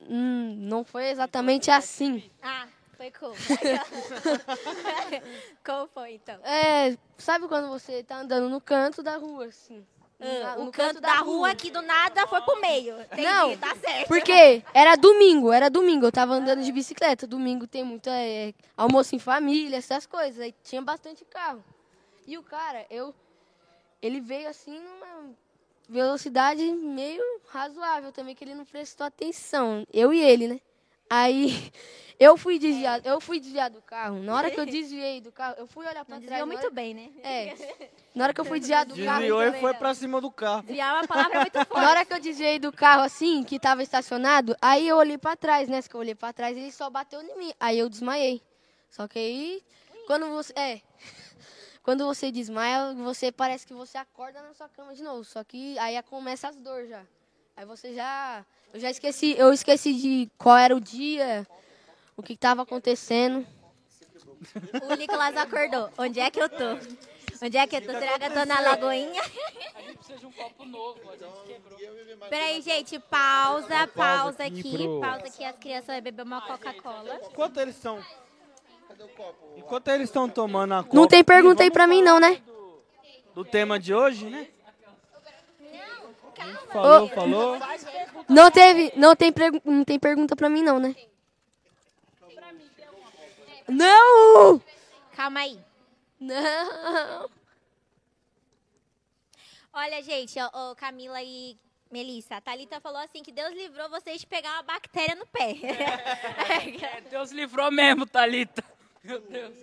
D: Hum, não foi exatamente assim.
C: Ah, foi como? como foi, então?
D: É, sabe quando você tá andando no canto da rua, assim?
C: Ah,
D: Na-
C: o
D: no
C: canto da rua aqui do nada foi pro meio. Entendi,
D: Não,
C: tá certo.
D: Porque era domingo, era domingo, eu tava andando de bicicleta. Domingo tem muito é, almoço em família, essas coisas. Aí tinha bastante carro. E o cara, eu. Ele veio assim numa velocidade meio razoável também, que ele não prestou atenção. Eu e ele, né? Aí eu fui desviar, eu fui desviar do carro. Na hora que eu desviei do carro, eu fui olhar pra
C: Não
D: trás.
C: desviou
D: na
C: muito
D: hora-
C: bem, né?
D: É. Na hora que eu fui desviar do carro. né?
I: Desviou e foi pra cima do carro.
C: Desviar é uma palavra muito forte.
D: Na hora que eu desviei do carro, assim, que tava estacionado, aí eu olhei pra trás, né? Que eu olhei pra trás, ele só bateu em mim. Aí eu desmaiei. Só que aí, quando você... É. Quando você desmaia, você parece que você acorda na sua cama de novo. Só que aí começa as dores já. Aí você já... Eu já esqueci... Eu esqueci de qual era o dia, o que tava acontecendo.
C: O Nicolas acordou. Onde é que eu tô? Onde é que eu tô? Será que eu tô na Lagoinha?
E: A gente precisa de um copo novo, a
I: Então,
E: gente quebrou.
C: Peraí, gente, pausa, pausa
I: aqui
C: aqui.
I: pro-
C: Pausa aqui, as crianças vão beber uma Coca-Cola.
I: Enquanto eles estão. Enquanto eles estão tomando a copa.
D: Não tem pergunta aí pra mim, não, né?
I: Do tema de hoje, né?
D: Ô.
I: Falou, falou.
D: Não teve... Não tem, pregu- não tem pergunta pra mim, não, né? Não!
C: Calma aí.
D: Não.
C: Olha, gente, ó, ó, Camila e Melissa, a Thalita falou assim que Deus livrou vocês de pegar uma bactéria no pé.
E: É, Deus livrou mesmo, Thalita. Meu Deus.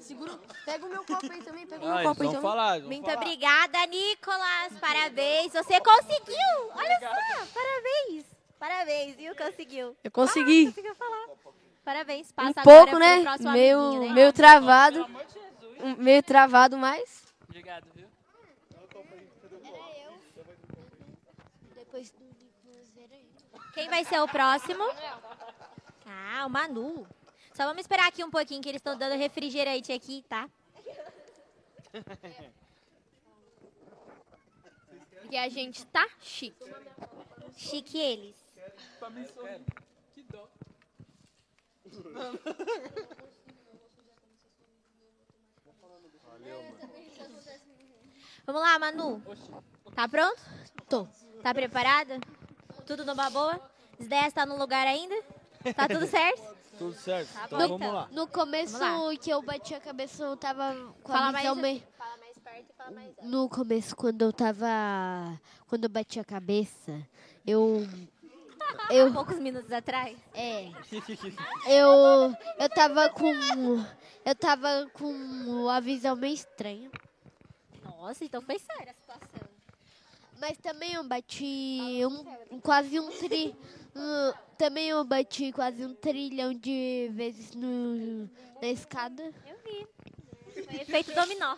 D: Segura, pega o meu copo aí também, pega
I: Ah,
D: o meu
I: eles
D: copo aí
I: vão
D: também.
I: falar, eles vão
C: Muito obrigada, Nicolas. Parabéns. Você conseguiu. Olha só. Parabéns. Parabéns, viu? Conseguiu. Ah,
D: Eu consegui.
C: Conseguiu falar. Parabéns.
D: Um
C: Passa agora
D: pouco,
C: pro
D: né?
C: próximo
D: Meio,
C: amiguinho, né?
D: meio travado. Um- Meio travado, mas.
E: Obrigado, viu?
J: Depois do livro
C: Quem vai ser o próximo? Ah, o Manu. Só vamos esperar aqui um pouquinho que eles estão dando refrigerante aqui, tá?
M: Porque a gente tá chique.
C: Chique eles.
E: Que dó.
C: Vamos lá, Manu. Tá pronto? Tô. Tá preparada? Tudo numa boa? Zé tá no lugar ainda? Tá tudo certo?
I: Tudo certo.
J: Tá
I: Então
J: bom,
I: vamos
J: então.
I: lá.
J: No começo
C: Vamos
J: que eu bati a cabeça, eu tava com a
C: Fala mais
J: visão
C: um-
J: bem... No começo, quando eu tava... Quando eu bati a cabeça, eu...
C: Há poucos minutos atrás?
J: É. Eu... Eu tava com... Eu tava com a visão meio estranha.
C: Nossa, então foi séria a situação.
J: Mas também eu bati um, quase um tri... um- também eu bati quase um trilhão de vezes no, na escada.
C: Eu vi. Foi efeito dominó.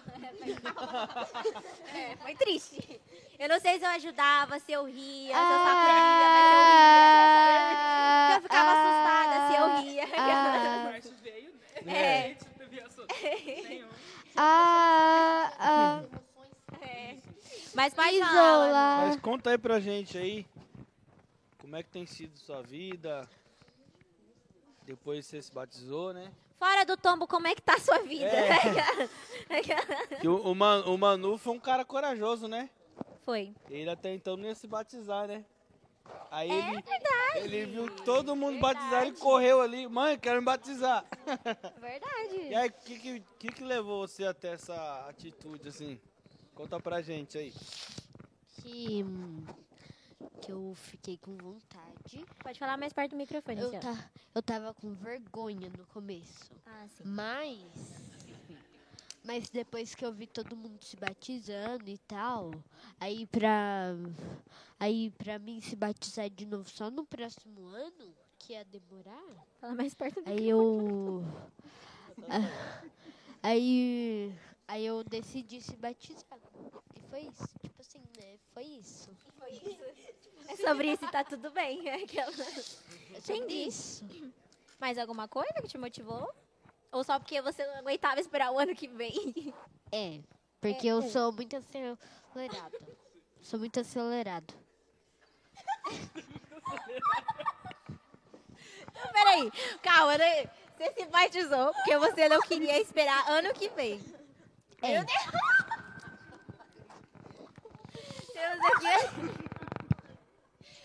C: É, foi triste. Eu não sei se eu ajudava, se eu ria, se eu sacudia, mas eu ria. Eu ficava assustada se eu ria.
I: né?
C: É.
J: Ah, ah,
C: É. Mas pode falar.
J: isolar.
I: Mas conta aí pra gente aí. Como é que tem sido sua vida? Depois você se batizou, né?
C: Fora do tombo, como é que tá a sua vida?
I: É.
C: Aquela-
I: Que o, o Man- o Manu foi um cara corajoso, né?
C: Foi.
I: Ele até então não ia se batizar, né? Aí
C: É
I: ele,
C: verdade.
I: ele viu que todo mundo batizar, ele correu ali. Mãe, quero me batizar.
C: Verdade.
I: E aí, o que, que, que que levou você até essa atitude, assim? Conta pra gente aí.
P: Que, hum, que eu fiquei com vontade.
C: Pode falar mais perto do microfone,
P: Eu,
C: Luciana.
P: ta- eu tava com vergonha no começo.
C: Ah, sim.
P: Mas. Mas depois que eu vi todo mundo se batizando e tal, aí pra. Aí pra mim se batizar de novo só no
M: Um
P: próximo ano, que ia demorar.
C: Fala mais perto do
P: Aí eu. Ah, aí. Aí eu decidi se batizar. E foi isso. Tipo assim, né? Foi isso. Foi
C: É sobre isso e tá tudo bem. Aquela...
P: sobre
C: Entendi.
P: isso.
C: Mais alguma coisa que te motivou? Ou só porque você não aguentava esperar o ano que vem?
P: É, Porque eu sou muito acelerado. sou muito acelerado.
C: Então, Peraí, calma, né? Você se batizou porque você não queria esperar ano que vem. Meu Deus! Temos aqui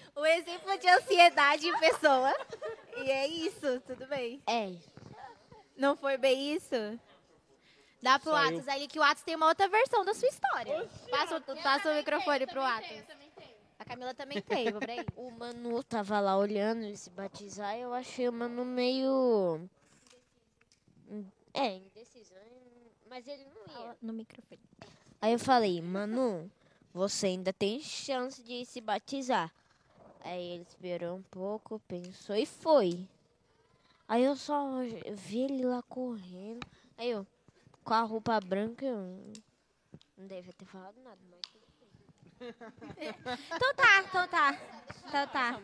C: o exemplo de ansiedade em pessoa. E é isso, tudo bem.
P: É.
C: Não foi bem isso? Dá pro
M: Saiu.
C: Atos ali que o Atos tem uma outra versão da sua história. Passa, o- passa o microfone pro Atos. A Camila também tem, vou pra aí.
K: O Manu tava lá olhando ele se batizar e eu achei o Manu meio. É, indeciso. Mas ele não ia.
C: No microfone.
K: Aí eu falei, Manu, você ainda tem chance de se batizar. Aí ele esperou um pouco, pensou e foi. Aí eu só vi ele lá correndo. Aí eu, com a roupa branca, eu não devia ter falado nada, mas tudo bem.
C: Então tá, então tá. Então tá.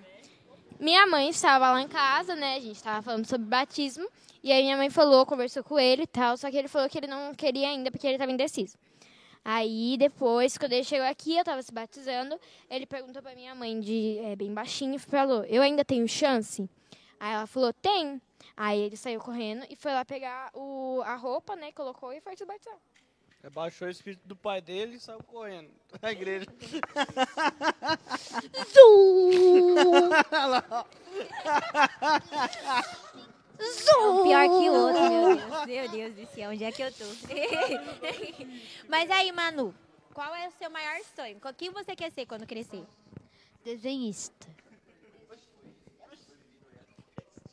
M: Minha mãe estava lá em casa, né? A gente tava falando sobre batismo. E aí minha mãe falou, conversou com ele e tal. Só que ele falou que ele não queria ainda porque ele estava indeciso. Aí depois, quando ele chegou aqui, eu tava se batizando. Ele perguntou pra minha mãe, de é, bem baixinho, e falou: Eu ainda tenho chance? Aí ela falou: Tem. Aí ele saiu correndo e foi lá pegar o, a roupa, né? Colocou e foi se batizar.
I: Baixou o espírito do pai dele e saiu correndo da igreja.
C: Um pior que o outro, meu Deus. Meu Deus do céu, onde é que eu tô? Mas aí, Manu, qual é o seu maior sonho? O que você quer ser quando crescer?
P: Desenhista.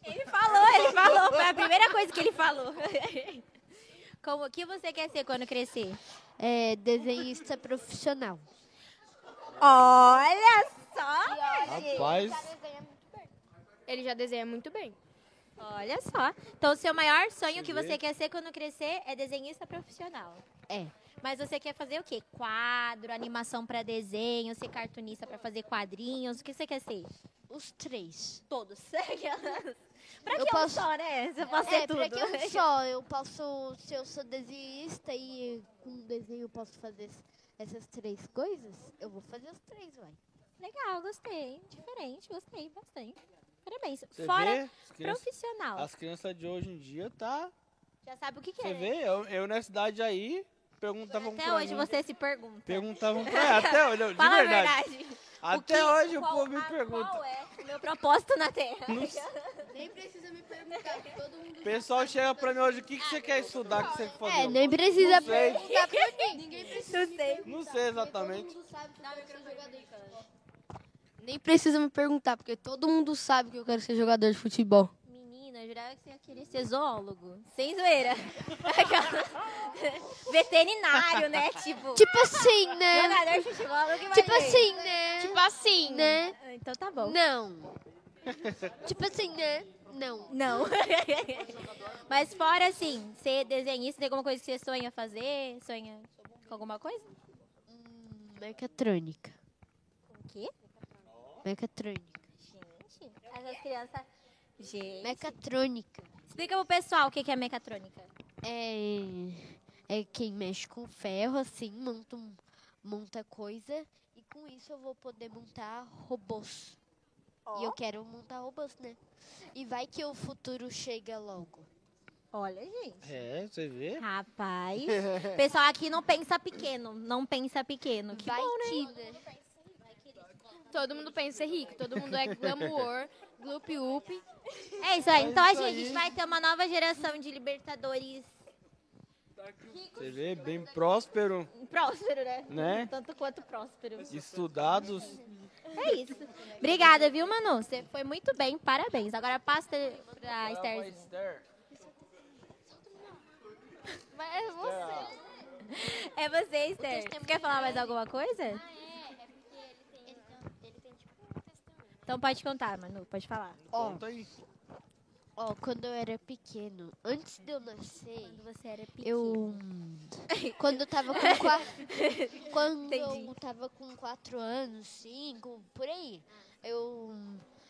C: Ele falou, ele falou. Foi a primeira coisa que ele falou. Como, o que você quer ser quando crescer?
P: É desenhista profissional.
C: Olha só! gente.
I: Rapaz.
M: Ele já desenha muito bem.
C: Olha só. Então, o seu maior sonho que você quer ser quando crescer é desenhista profissional.
P: É.
C: Mas você quer fazer o quê? Quadro, animação pra desenho, ser cartunista pra fazer quadrinhos? O que você quer ser?
P: Os três.
C: Todos. pra que
P: Eu
C: eu
P: posso-
C: só, né? Você pode ser
P: é,
C: tudo.
P: pra que eu só, eu posso, se eu sou desenhista e com um desenho eu posso fazer es- essas três coisas, eu vou fazer as três, vai.
C: Legal, gostei. Diferente, gostei bastante. Parabéns.
I: Você vê?
C: Fora
I: As crianças-
C: profissional.
I: As crianças de hoje em dia tá.
C: Já sabe o que, que
I: Você
C: é.
I: vê? Eu, eu na cidade aí perguntavam
C: Até
I: pra
C: hoje
I: mim-
C: você se pergunta.
I: Perguntavam pra ela. é, Até hoje, não, de
C: Fala a
I: verdade.
C: verdade.
I: Até
C: que-
I: hoje o
C: qual-
I: povo me
C: a-
I: pergunta.
C: Qual é o meu propósito na Terra?
P: Nem precisa me perguntar, todo mundo
I: O pessoal chega pra mim hoje, o que, que você quer estudar que você quer fazer?
P: É,
I: Eu
P: nem
I: falo,
P: precisa
I: não sei.
P: perguntar pra mim. Ninguém precisa
C: Não sei.
I: Não sei exatamente.
P: sabe que eu quero ser jogador de futebol. Nem precisa me perguntar, porque todo mundo sabe que eu quero ser jogador de futebol.
C: Menina, eu jurava que você ia querer ser zoólogo. Sem zoeira. Veterinário, né? Tipo.
M: Tipo assim, né?
C: Jogador de futebol, nunca
M: Tipo
C: imaginei.
M: assim, né? Tipo assim,
P: né?
C: Ah, Então tá bom.
P: Não. tipo assim, né? Não.
C: Não. Mas fora assim, ser desenhista, tem alguma coisa que você sonha fazer? Sonha com alguma coisa?
P: Mecatrônica.
C: O quê?
P: Mecatrônica.
C: Gente, essas crianças. Gente.
P: Mecatrônica.
C: Explica pro pessoal o que que é mecatrônica.
P: É, é quem mexe com ferro, assim, monta, um- monta coisa. E com isso eu vou poder montar robôs. E eu quero montar robôs, né? E vai que o futuro chega logo.
C: Olha, gente.
I: É, você vê?
C: Rapaz. O pessoal aqui não pensa pequeno. Não pensa pequeno. Que
L: Vai
C: bom, né?
L: que- Todo mundo pensa ser rico, todo mundo é glamour, gloop up.
C: É isso aí.
L: É
C: então
L: isso
C: a gente
L: aí.
C: vai ter uma nova geração de libertadores
I: Você vê? Bem próspero,
C: próspero, né?
I: Né?
C: Tanto quanto próspero.
I: estudados.
C: É isso. Obrigada, viu, Manu? Você foi muito bem. Parabéns. Agora passa pra Esther.
L: Mas é você.
C: É você, Esther. Você quer falar mais alguma coisa?
L: Ah,
J: É,
L: tipo, um né?
C: Então pode contar, Manu. Pode falar.
P: Ó, ó, quando eu era pequeno, antes de eu nascer,
C: é
P: eu quando eu tava com quatro, quando eu tava com quatro anos, cinco, por aí, eu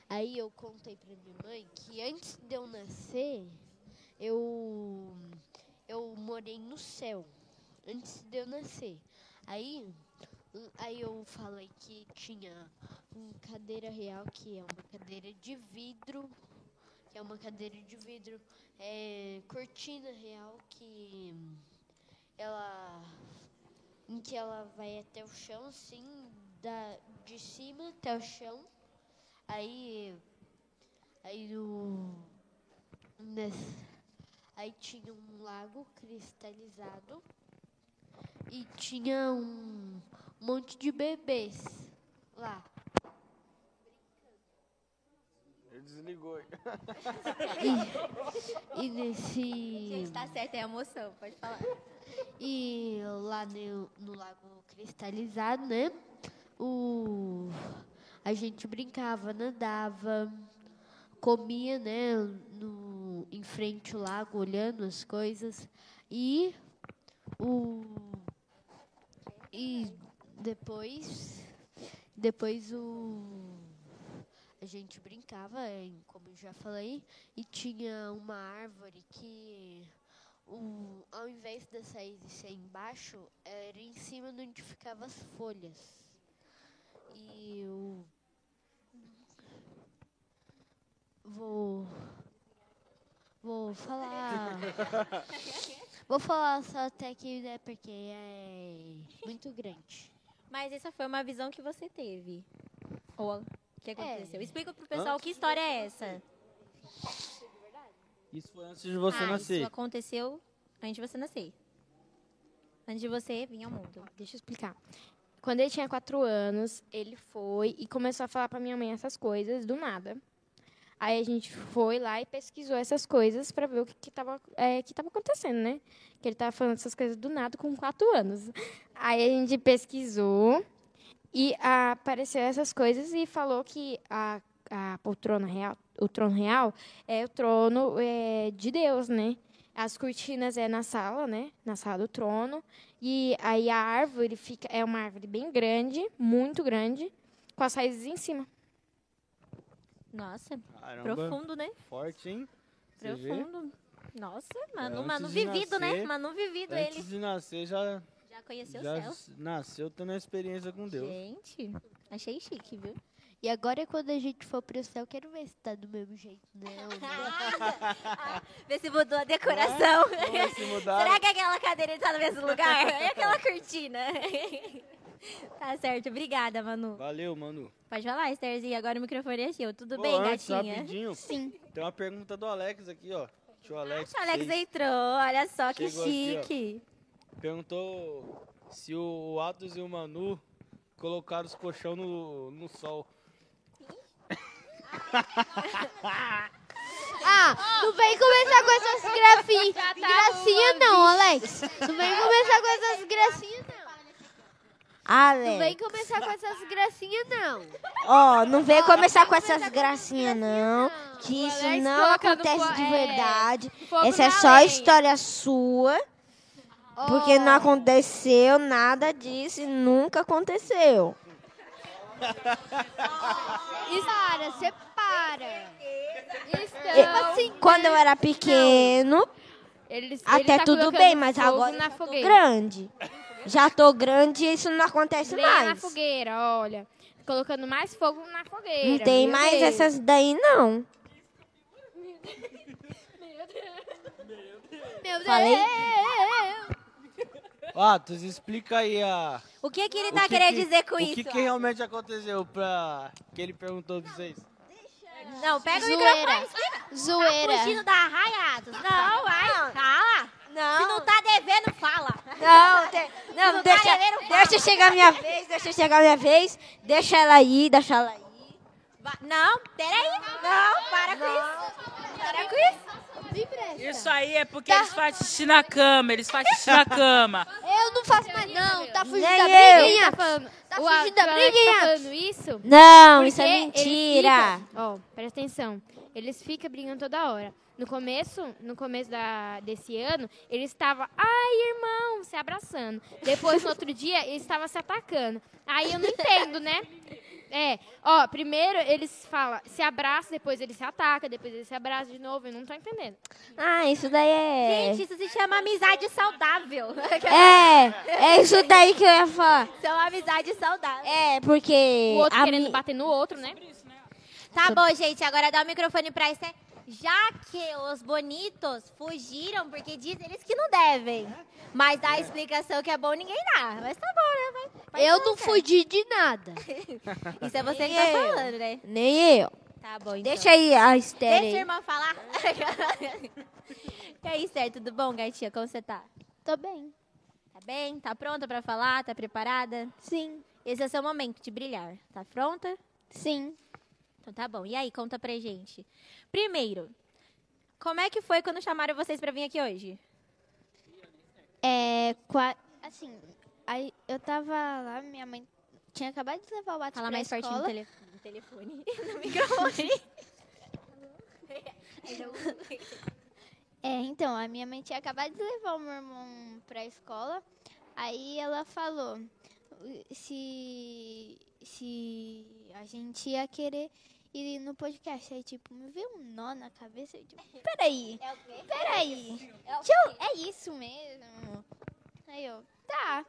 P: aí eu contei pra minha mãe que antes de eu nascer, eu eu morei no céu antes de eu nascer. Aí um, aí eu falei que tinha uma cadeira real que é uma cadeira de vidro que é uma cadeira de vidro, é, cortina real que ela em que ela vai até o chão, assim, da, de cima até o chão. Aí aí o ness- aí tinha um lago cristalizado e tinha um monte de bebês lá.
I: Ele desligou.
P: E, e nesse
C: Gente, tá certo, é emoção. Pode falar.
P: E lá no, no lago cristalizado, né? O, a gente brincava, nadava, comia, né? No, em frente ao lago, olhando as coisas. E o. E depois. Depois o. A gente brincava, em- como eu já falei, e tinha uma árvore que o, ao invés da saída ser embaixo, era em cima de onde ficavam as folhas. E eu vou vou falar vou falar só até aqui, né, porque é muito grande.
C: Mas essa foi uma visão que você teve. Ou o que aconteceu? Explica pro
I: Hã?
C: pessoal que história é essa.
I: Isso foi antes de você
C: ah,
I: nascer.
C: Isso aconteceu antes de você nascer. Antes de você vir ao mundo.
L: um Deixa eu explicar. Quando ele tinha quatro anos, ele foi e começou a falar pra minha mãe essas coisas do nada. Aí a gente foi lá e pesquisou essas coisas pra ver o que que tava, é, que tava acontecendo, né? Que ele tava falando essas coisas do nada com quatro anos. Aí a gente pesquisou e ah, apareceu essas coisas e falou que a, a poltrona real, o trono real é o trono é, de Deus, né? As cortinas é na sala, né? Na sala do trono. E aí a árvore fica é uma árvore bem grande, muito grande, com as raízes em cima.
C: Nossa,
I: Caramba.
C: profundo, né?
I: Forte, hein? Você vê?
C: Profundo. Nossa, Manu,
I: Antes
C: Manu
I: de
C: vivido, né?
I: nascer-
C: Manu vivido
I: antes
C: ele.
I: de nascer, já,
C: Já conheceu
I: já
C: o céu.
I: s- nasceu tendo a experiência com Deus.
C: Gente, achei chique, viu?
P: E agora quando a gente for pro céu, quero ver se tá do mesmo jeito, né?
C: Ah, Vê se mudou a decoração.
I: é
P: Vamos ver se mudaram.
C: Será que aquela cadeira tá no mesmo lugar? E aquela cortina? tá certo, obrigada, Manu.
I: Valeu, Manu.
C: Pode falar, Estherzinha, agora o microfone é seu. Tudo
I: Ô,
C: bem,
I: antes,
C: gatinha?
I: rapidinho,
C: Sim. Ah,
I: tem uma pergunta do Alex aqui, ó. Tio Alex.
C: O Alex
I: fez.
C: entrou, olha só que
I: Chegou aqui, ó.
C: chique.
I: Perguntou se o Atos e o Manu colocaram os colchão no, no sol.
N: Ah, não vem começar com essas grafinhas. gracinha não, Alex. Não vem começar com essas gracinhas, não. Não
H: Alex,
N: vem começar com essas gracinhas, não.
H: ó, não vem começar com essas gracinhas, não. Que isso
N: Alex
H: não
N: coloca no
H: acontece
N: fo-
H: de
N: é,
H: verdade.
N: fogo
H: Essa é
N: na
H: só
N: lenha.
H: história sua. Porque não aconteceu nada disso e nunca aconteceu.
N: Para, você para.
H: Eu- É, tipo assim, quando eu era pequeno,
L: Então, Eles,
H: até
L: ele tá
H: tudo
L: colocando
H: bem, mas
L: fogo
H: agora
L: na
H: eu já tô
L: fogueira.
H: grande. Já tô grande e isso não acontece
L: Lenha na
H: mais.
L: fogueira, olha. Colocando mais fogo na fogueira.
H: Não tem
L: meu
H: mais
L: Deus.
H: essas daí, não.
L: Meu Deus.
N: Meu Deus.
K: Falei?
I: Atos, explica aí a.
C: O que, que ele
I: o
C: tá
I: que
C: querendo
I: que-
C: dizer com
I: o
C: isso?
I: que, que realmente aconteceu pra. que ele perguntou pra vocês?
C: Não, pega o
N: Zoeira.
C: microfone. explica.
N: Zoeira.
C: Tá fugindo da raiados. Não, vai. Fala.
K: Não.
C: Se não tá devendo, fala.
K: Não, de-
C: Se
K: não,
C: tá
K: deixa,
H: um
C: devendo, fala.
K: deixa eu chegar a minha vez, deixa eu chegar a minha vez. Deixa ela aí, deixa ela aí.
C: Ba- Não, peraí. Não, para com isso. Para com isso.
E: Isso aí é porque eles fazem xixi na cama, eles fazem xixi na cama.
N: Eu não faço mais não, tá fugindo
K: Nem
N: da
K: eu.
N: briguinha.
K: Ele
N: Tá fugindo
K: o Alex
N: da
K: tá
N: briguinha.
K: falando
L: isso?
K: Não,
L: Porque
K: isso é
L: eles
K: mentira.
L: ficam- Ó, presta atenção. Eles ficam brigando toda hora. No começo, no começo da, desse ano, eles estavam, ai, irmão, se abraçando. Depois, no outro dia, eles estavam se atacando. Aí eu não entendo, né? É, ó, primeiro eles falam, se abraça, depois eles se atacam, depois eles se abraçam de novo, eu não tô entendendo.
K: Ah, isso daí é.
C: Gente, isso se chama amizade saudável.
K: É, é isso daí que eu ia falar.
C: Isso é uma amizade saudável.
K: É, porque.
L: O outro
K: a
L: querendo
K: mi-
L: bater no outro, né?
C: Tá bom, gente, agora dá o microfone pra Esther. Já que os bonitos fugiram, porque diz eles que não devem. Mas dá a explicação que é bom ninguém dá. Mas tá bom, né? Vai, vai
P: Eu
C: dar
P: não
C: certo.
P: fugi de nada.
C: Isso é você
K: Nem
C: que tá
K: eu.
C: falando, né?
K: Nem eu.
C: Tá bom, então.
K: Deixa aí a Esther.
C: Deixa a
K: aí.
C: irmã falar. e aí, Esther, tudo bom, gatinha? Como você tá?
N: Tô bem.
C: Tá bem? Tá pronta pra falar? Tá preparada?
N: Sim.
C: Esse é o seu momento de brilhar. Tá pronta?
N: Sim.
C: Então tá bom. E aí, conta pra gente. Primeiro, como é que foi quando chamaram vocês pra vir aqui hoje?
N: É, qua- assim, aí eu tava lá, minha mãe tinha acabado de levar o Atos
C: Fala
N: pra
C: mais forte
N: escola.
C: no, tele- no telefone. no microfone.
N: É, então, a minha mãe tinha acabado de levar o meu irmão pra escola. Aí ela falou se, se a gente ia querer ir no podcast. Aí, tipo, me veio um nó na cabeça. Eu, tipo, peraí,
J: É o quê?
N: peraí.
J: É o
N: deixa eu-
J: quê?
N: é isso mesmo? Aí eu, tá.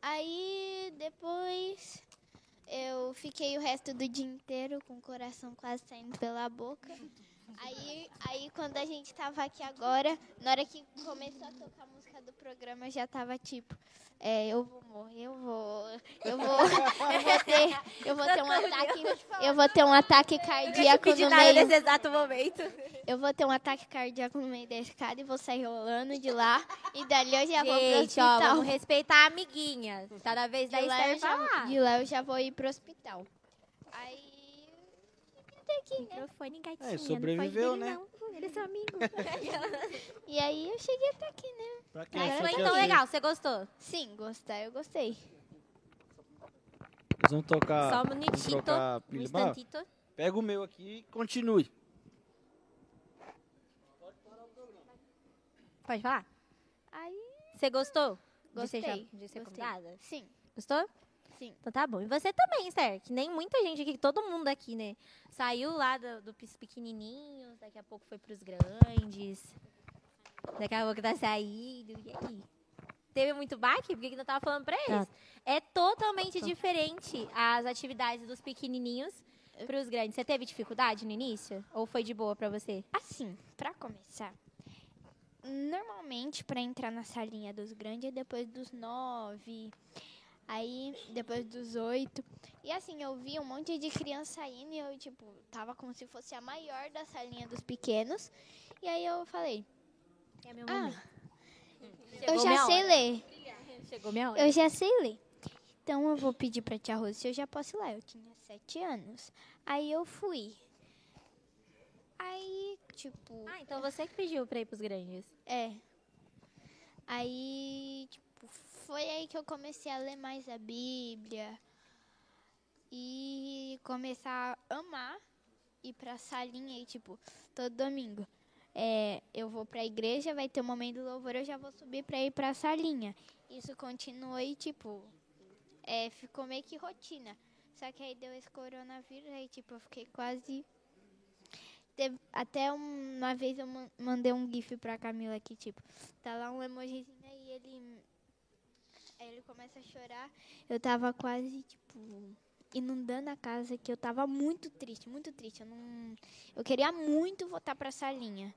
N: Aí depois eu fiquei o resto do dia inteiro com o coração quase saindo pela boca. Aí, aí quando a gente tava aqui agora, na hora que começou a tocar a música do programa, eu já tava tipo, é, eu vou morrer, eu vou, eu vou, eu vou ter, eu vou ter um ataque, eu vou ter um ataque cardíaco
C: pedi
N: no
C: nada
N: meio.
C: nesse exato momento.
N: Eu vou ter um ataque cardíaco no meio da escada e vou sair rolando de lá. E dali eu já vou é pro
C: Gente, ó,
N: hospital.
C: vamos respeitar a amiguinha. Tá na vez da
N: de, lá eu
C: Esther
N: já,
C: falar.
N: de lá eu já vou ir pro hospital. Aí. tem que, né?
C: Microfone gatinha,
N: É,
C: não
I: sobreviveu,
C: foge dele,
I: né?
C: não. Ele é seu amigo.
N: E aí eu cheguei até aqui, né?
I: Pra quê?
C: Mas
I: Só
C: foi
I: que
C: então
I: assim,
C: legal, você gostou?
N: Sim, gostar, eu gostei.
I: Eles vão tocar.
C: Só um
I: vão
C: minutito,
I: trocar
C: um
I: pilha.
C: instantito.
I: Bah, Pega o meu aqui e continue.
C: Pode falar?
N: Aí.
C: Você gostou?
N: Gostei.
C: De ser, de ser
N: gostei.
C: convidada?
N: Sim,
C: Gostou?
N: sim.
C: Então tá bom. E você também, Esther, que nem muita gente aqui, todo mundo aqui, né? Saiu lá do, do pis- pequenininhos, daqui a pouco foi pros grandes. Daqui a pouco tá saindo. E aí? Teve muito baque? Porque que eu tava falando pra
N: Tá.
C: eles. É totalmente diferente as atividades dos pequenininhos pros grandes. Você teve dificuldade no início? Ou foi de boa pra você?
N: Assim, pra começar, normalmente pra entrar na salinha dos grandes é depois dos nove, aí depois dos oito. E assim, eu vi um monte de criança indo e eu, tipo, tava como se fosse a maior da salinha dos pequenos. E aí eu falei,
C: É meu
N: ah,
C: momento.
N: eu
C: Chegou minha
N: já sei
C: hora.
N: ler.
C: Chegou minha hora.
N: Eu já sei ler. Então eu vou pedir pra tia Rose se eu já posso ir lá. Eu tinha sete anos. Aí eu fui. Aí, tipo.
C: Ah, então você que pediu pra ir pros grandes.
N: É. Aí, tipo, foi aí que eu comecei a ler mais a Bíblia e começar a amar ir pra salinha e, tipo, todo domingo. É, eu vou pra igreja, vai ter um momento do louvor, eu já vou subir pra ir pra salinha. Isso continuou e, tipo, é, ficou meio que rotina. Só que aí deu esse coronavírus, aí, tipo, eu fiquei quase Teve- até um- uma vez eu man- mandei um gif pra Camila que, tipo, tá lá um emojizinho aí ele. Aí ele começa a chorar. Eu tava quase, tipo, inundando a casa que eu tava muito triste, muito triste. Eu não. Eu queria muito voltar pra salinha.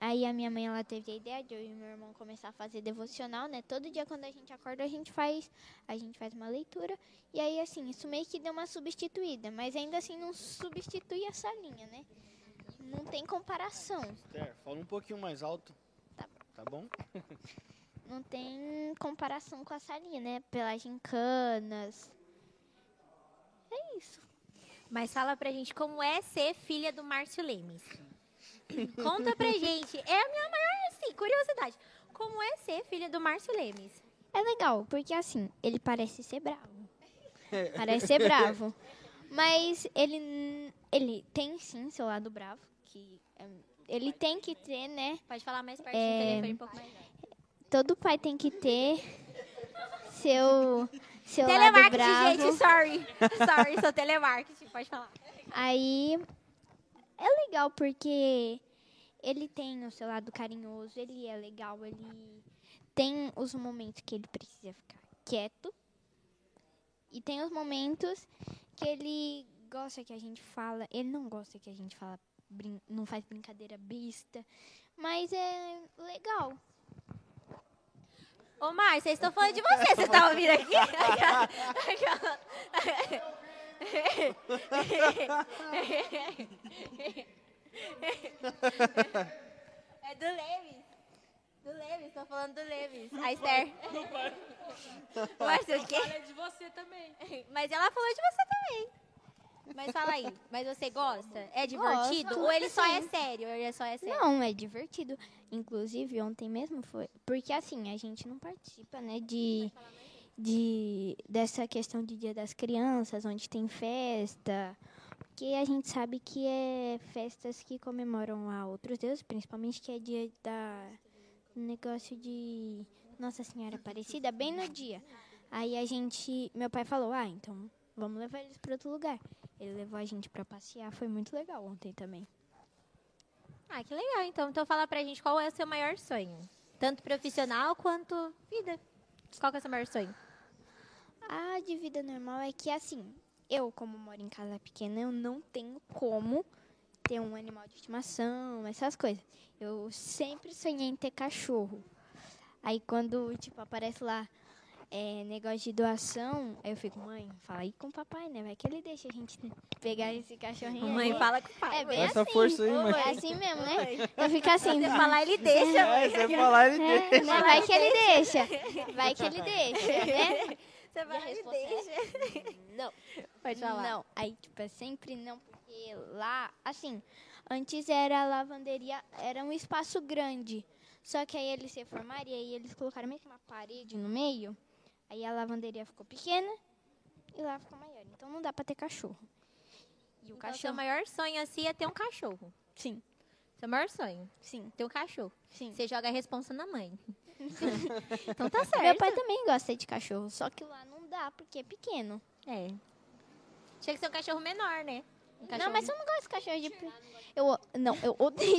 N: Aí a minha mãe ela teve a ideia de eu e meu irmão começar a fazer devocional, né? Todo dia quando a gente acorda, a gente faz, a gente faz uma leitura. E aí assim, isso meio que deu uma substituída, mas ainda assim não substitui essa linha, né? Não tem comparação.
I: Esther, fala um pouquinho mais alto. Tá bom.
N: Não tem comparação com essa linha, né? Pelas gincanas. É isso.
C: Mas fala pra gente como é ser filha do Márcio Lemes. Conta pra gente. É a minha maior assim, curiosidade. Como é ser filha do Márcio Lemes?
N: É legal, porque assim, ele parece ser bravo. Parece ser bravo. Mas ele, n- ele tem sim seu lado bravo, que hum, ele tem que ter, né?
C: Pode falar mais pertinho
N: É.
C: do telefone um pouco mais. alto.
N: Todo pai tem que ter seu seu lado
C: telemarketing,
N: bravo.
C: gente, sorry. Sorry, sou telemarketing, pode falar.
N: Aí é legal porque ele tem o seu lado carinhoso, ele é legal, ele tem os momentos que ele precisa ficar quieto e tem os momentos que ele gosta que a gente fala, ele não gosta que a gente fala, brin- não faz brincadeira besta, mas é legal.
C: Ô, Márcio, vocês estão falando de você, você tá ouvindo aqui? Aquela- É do Leves. Do Leves, tô falando do Leves. A Esther.
I: É.
C: Márcio, o quê?
E: Falei de você também.
C: Mas ela falou de você também. Mas fala aí, mas você gosta? É divertido?
N: Gosto,
C: ou ele só é
N: sim.
C: sério? Ou ele só é sério?
N: Não, é divertido. Inclusive, ontem mesmo foi. Porque assim, a gente não participa, né, de. de dessa questão de Dia das Crianças, onde tem festa. Porque a gente sabe que é festas que comemoram a outros deuses, principalmente que é dia da Um negócio de Nossa Senhora Aparecida, bem no dia. Aí a gente, meu pai falou: "Ah, então vamos levar eles para outro lugar". Ele levou a gente para passear, foi muito legal ontem também.
C: Ah, que legal. Então, então fala pra gente qual é o seu maior sonho. Tanto profissional quanto vida. Qual que é o seu maior sonho?
N: A de vida normal é que, assim, eu, como moro em casa pequena, eu não tenho como ter um animal de estimação, essas coisas. Eu sempre sonhei em ter cachorro. Aí quando, tipo, aparece lá é, negócio de doação, aí eu fico, mãe, fala aí com o papai, né? Vai que ele deixa a gente pegar esse cachorrinho.
C: Mãe,
N: aí."
C: fala com o pai.
N: É bem
I: Dá essa
N: assim.
I: força aí,
N: Ô,
I: mãe.
N: É assim mesmo,
C: Ô,
N: né?
C: mãe.
N: Eu fico assim.
C: Você falar, ele deixa,
N: É,
C: mãe.
N: você
I: falar, ele
N: É,
I: deixa.
N: né? Vai que ele deixa. Vai que ele deixa, né? é
C: Você fala, ele deixa.
N: Não.
C: Pode falar.
N: Não, aí tipo, é sempre não, porque lá, assim, antes era a lavanderia, era um espaço grande. Só que aí eles se reformaram e aí eles colocaram meio que uma parede no meio. Aí a lavanderia ficou pequena e lá ficou maior. Então não dá pra ter cachorro. E o
C: Então,
N: cachorro.
C: seu maior sonho, assim, é ter um cachorro.
N: Sim.
C: Seu maior sonho?
N: Sim.
C: Ter um cachorro.
N: Sim.
C: Você joga a responsa na mãe. então tá certo.
N: Meu pai também gosta de cachorro, só que lá não dá porque é pequeno.
C: É. Tinha que ser um cachorro menor, né? Um
N: Não,
C: cachorro
N: mas eu não gosto de cachorro de. Eu, não, eu odeio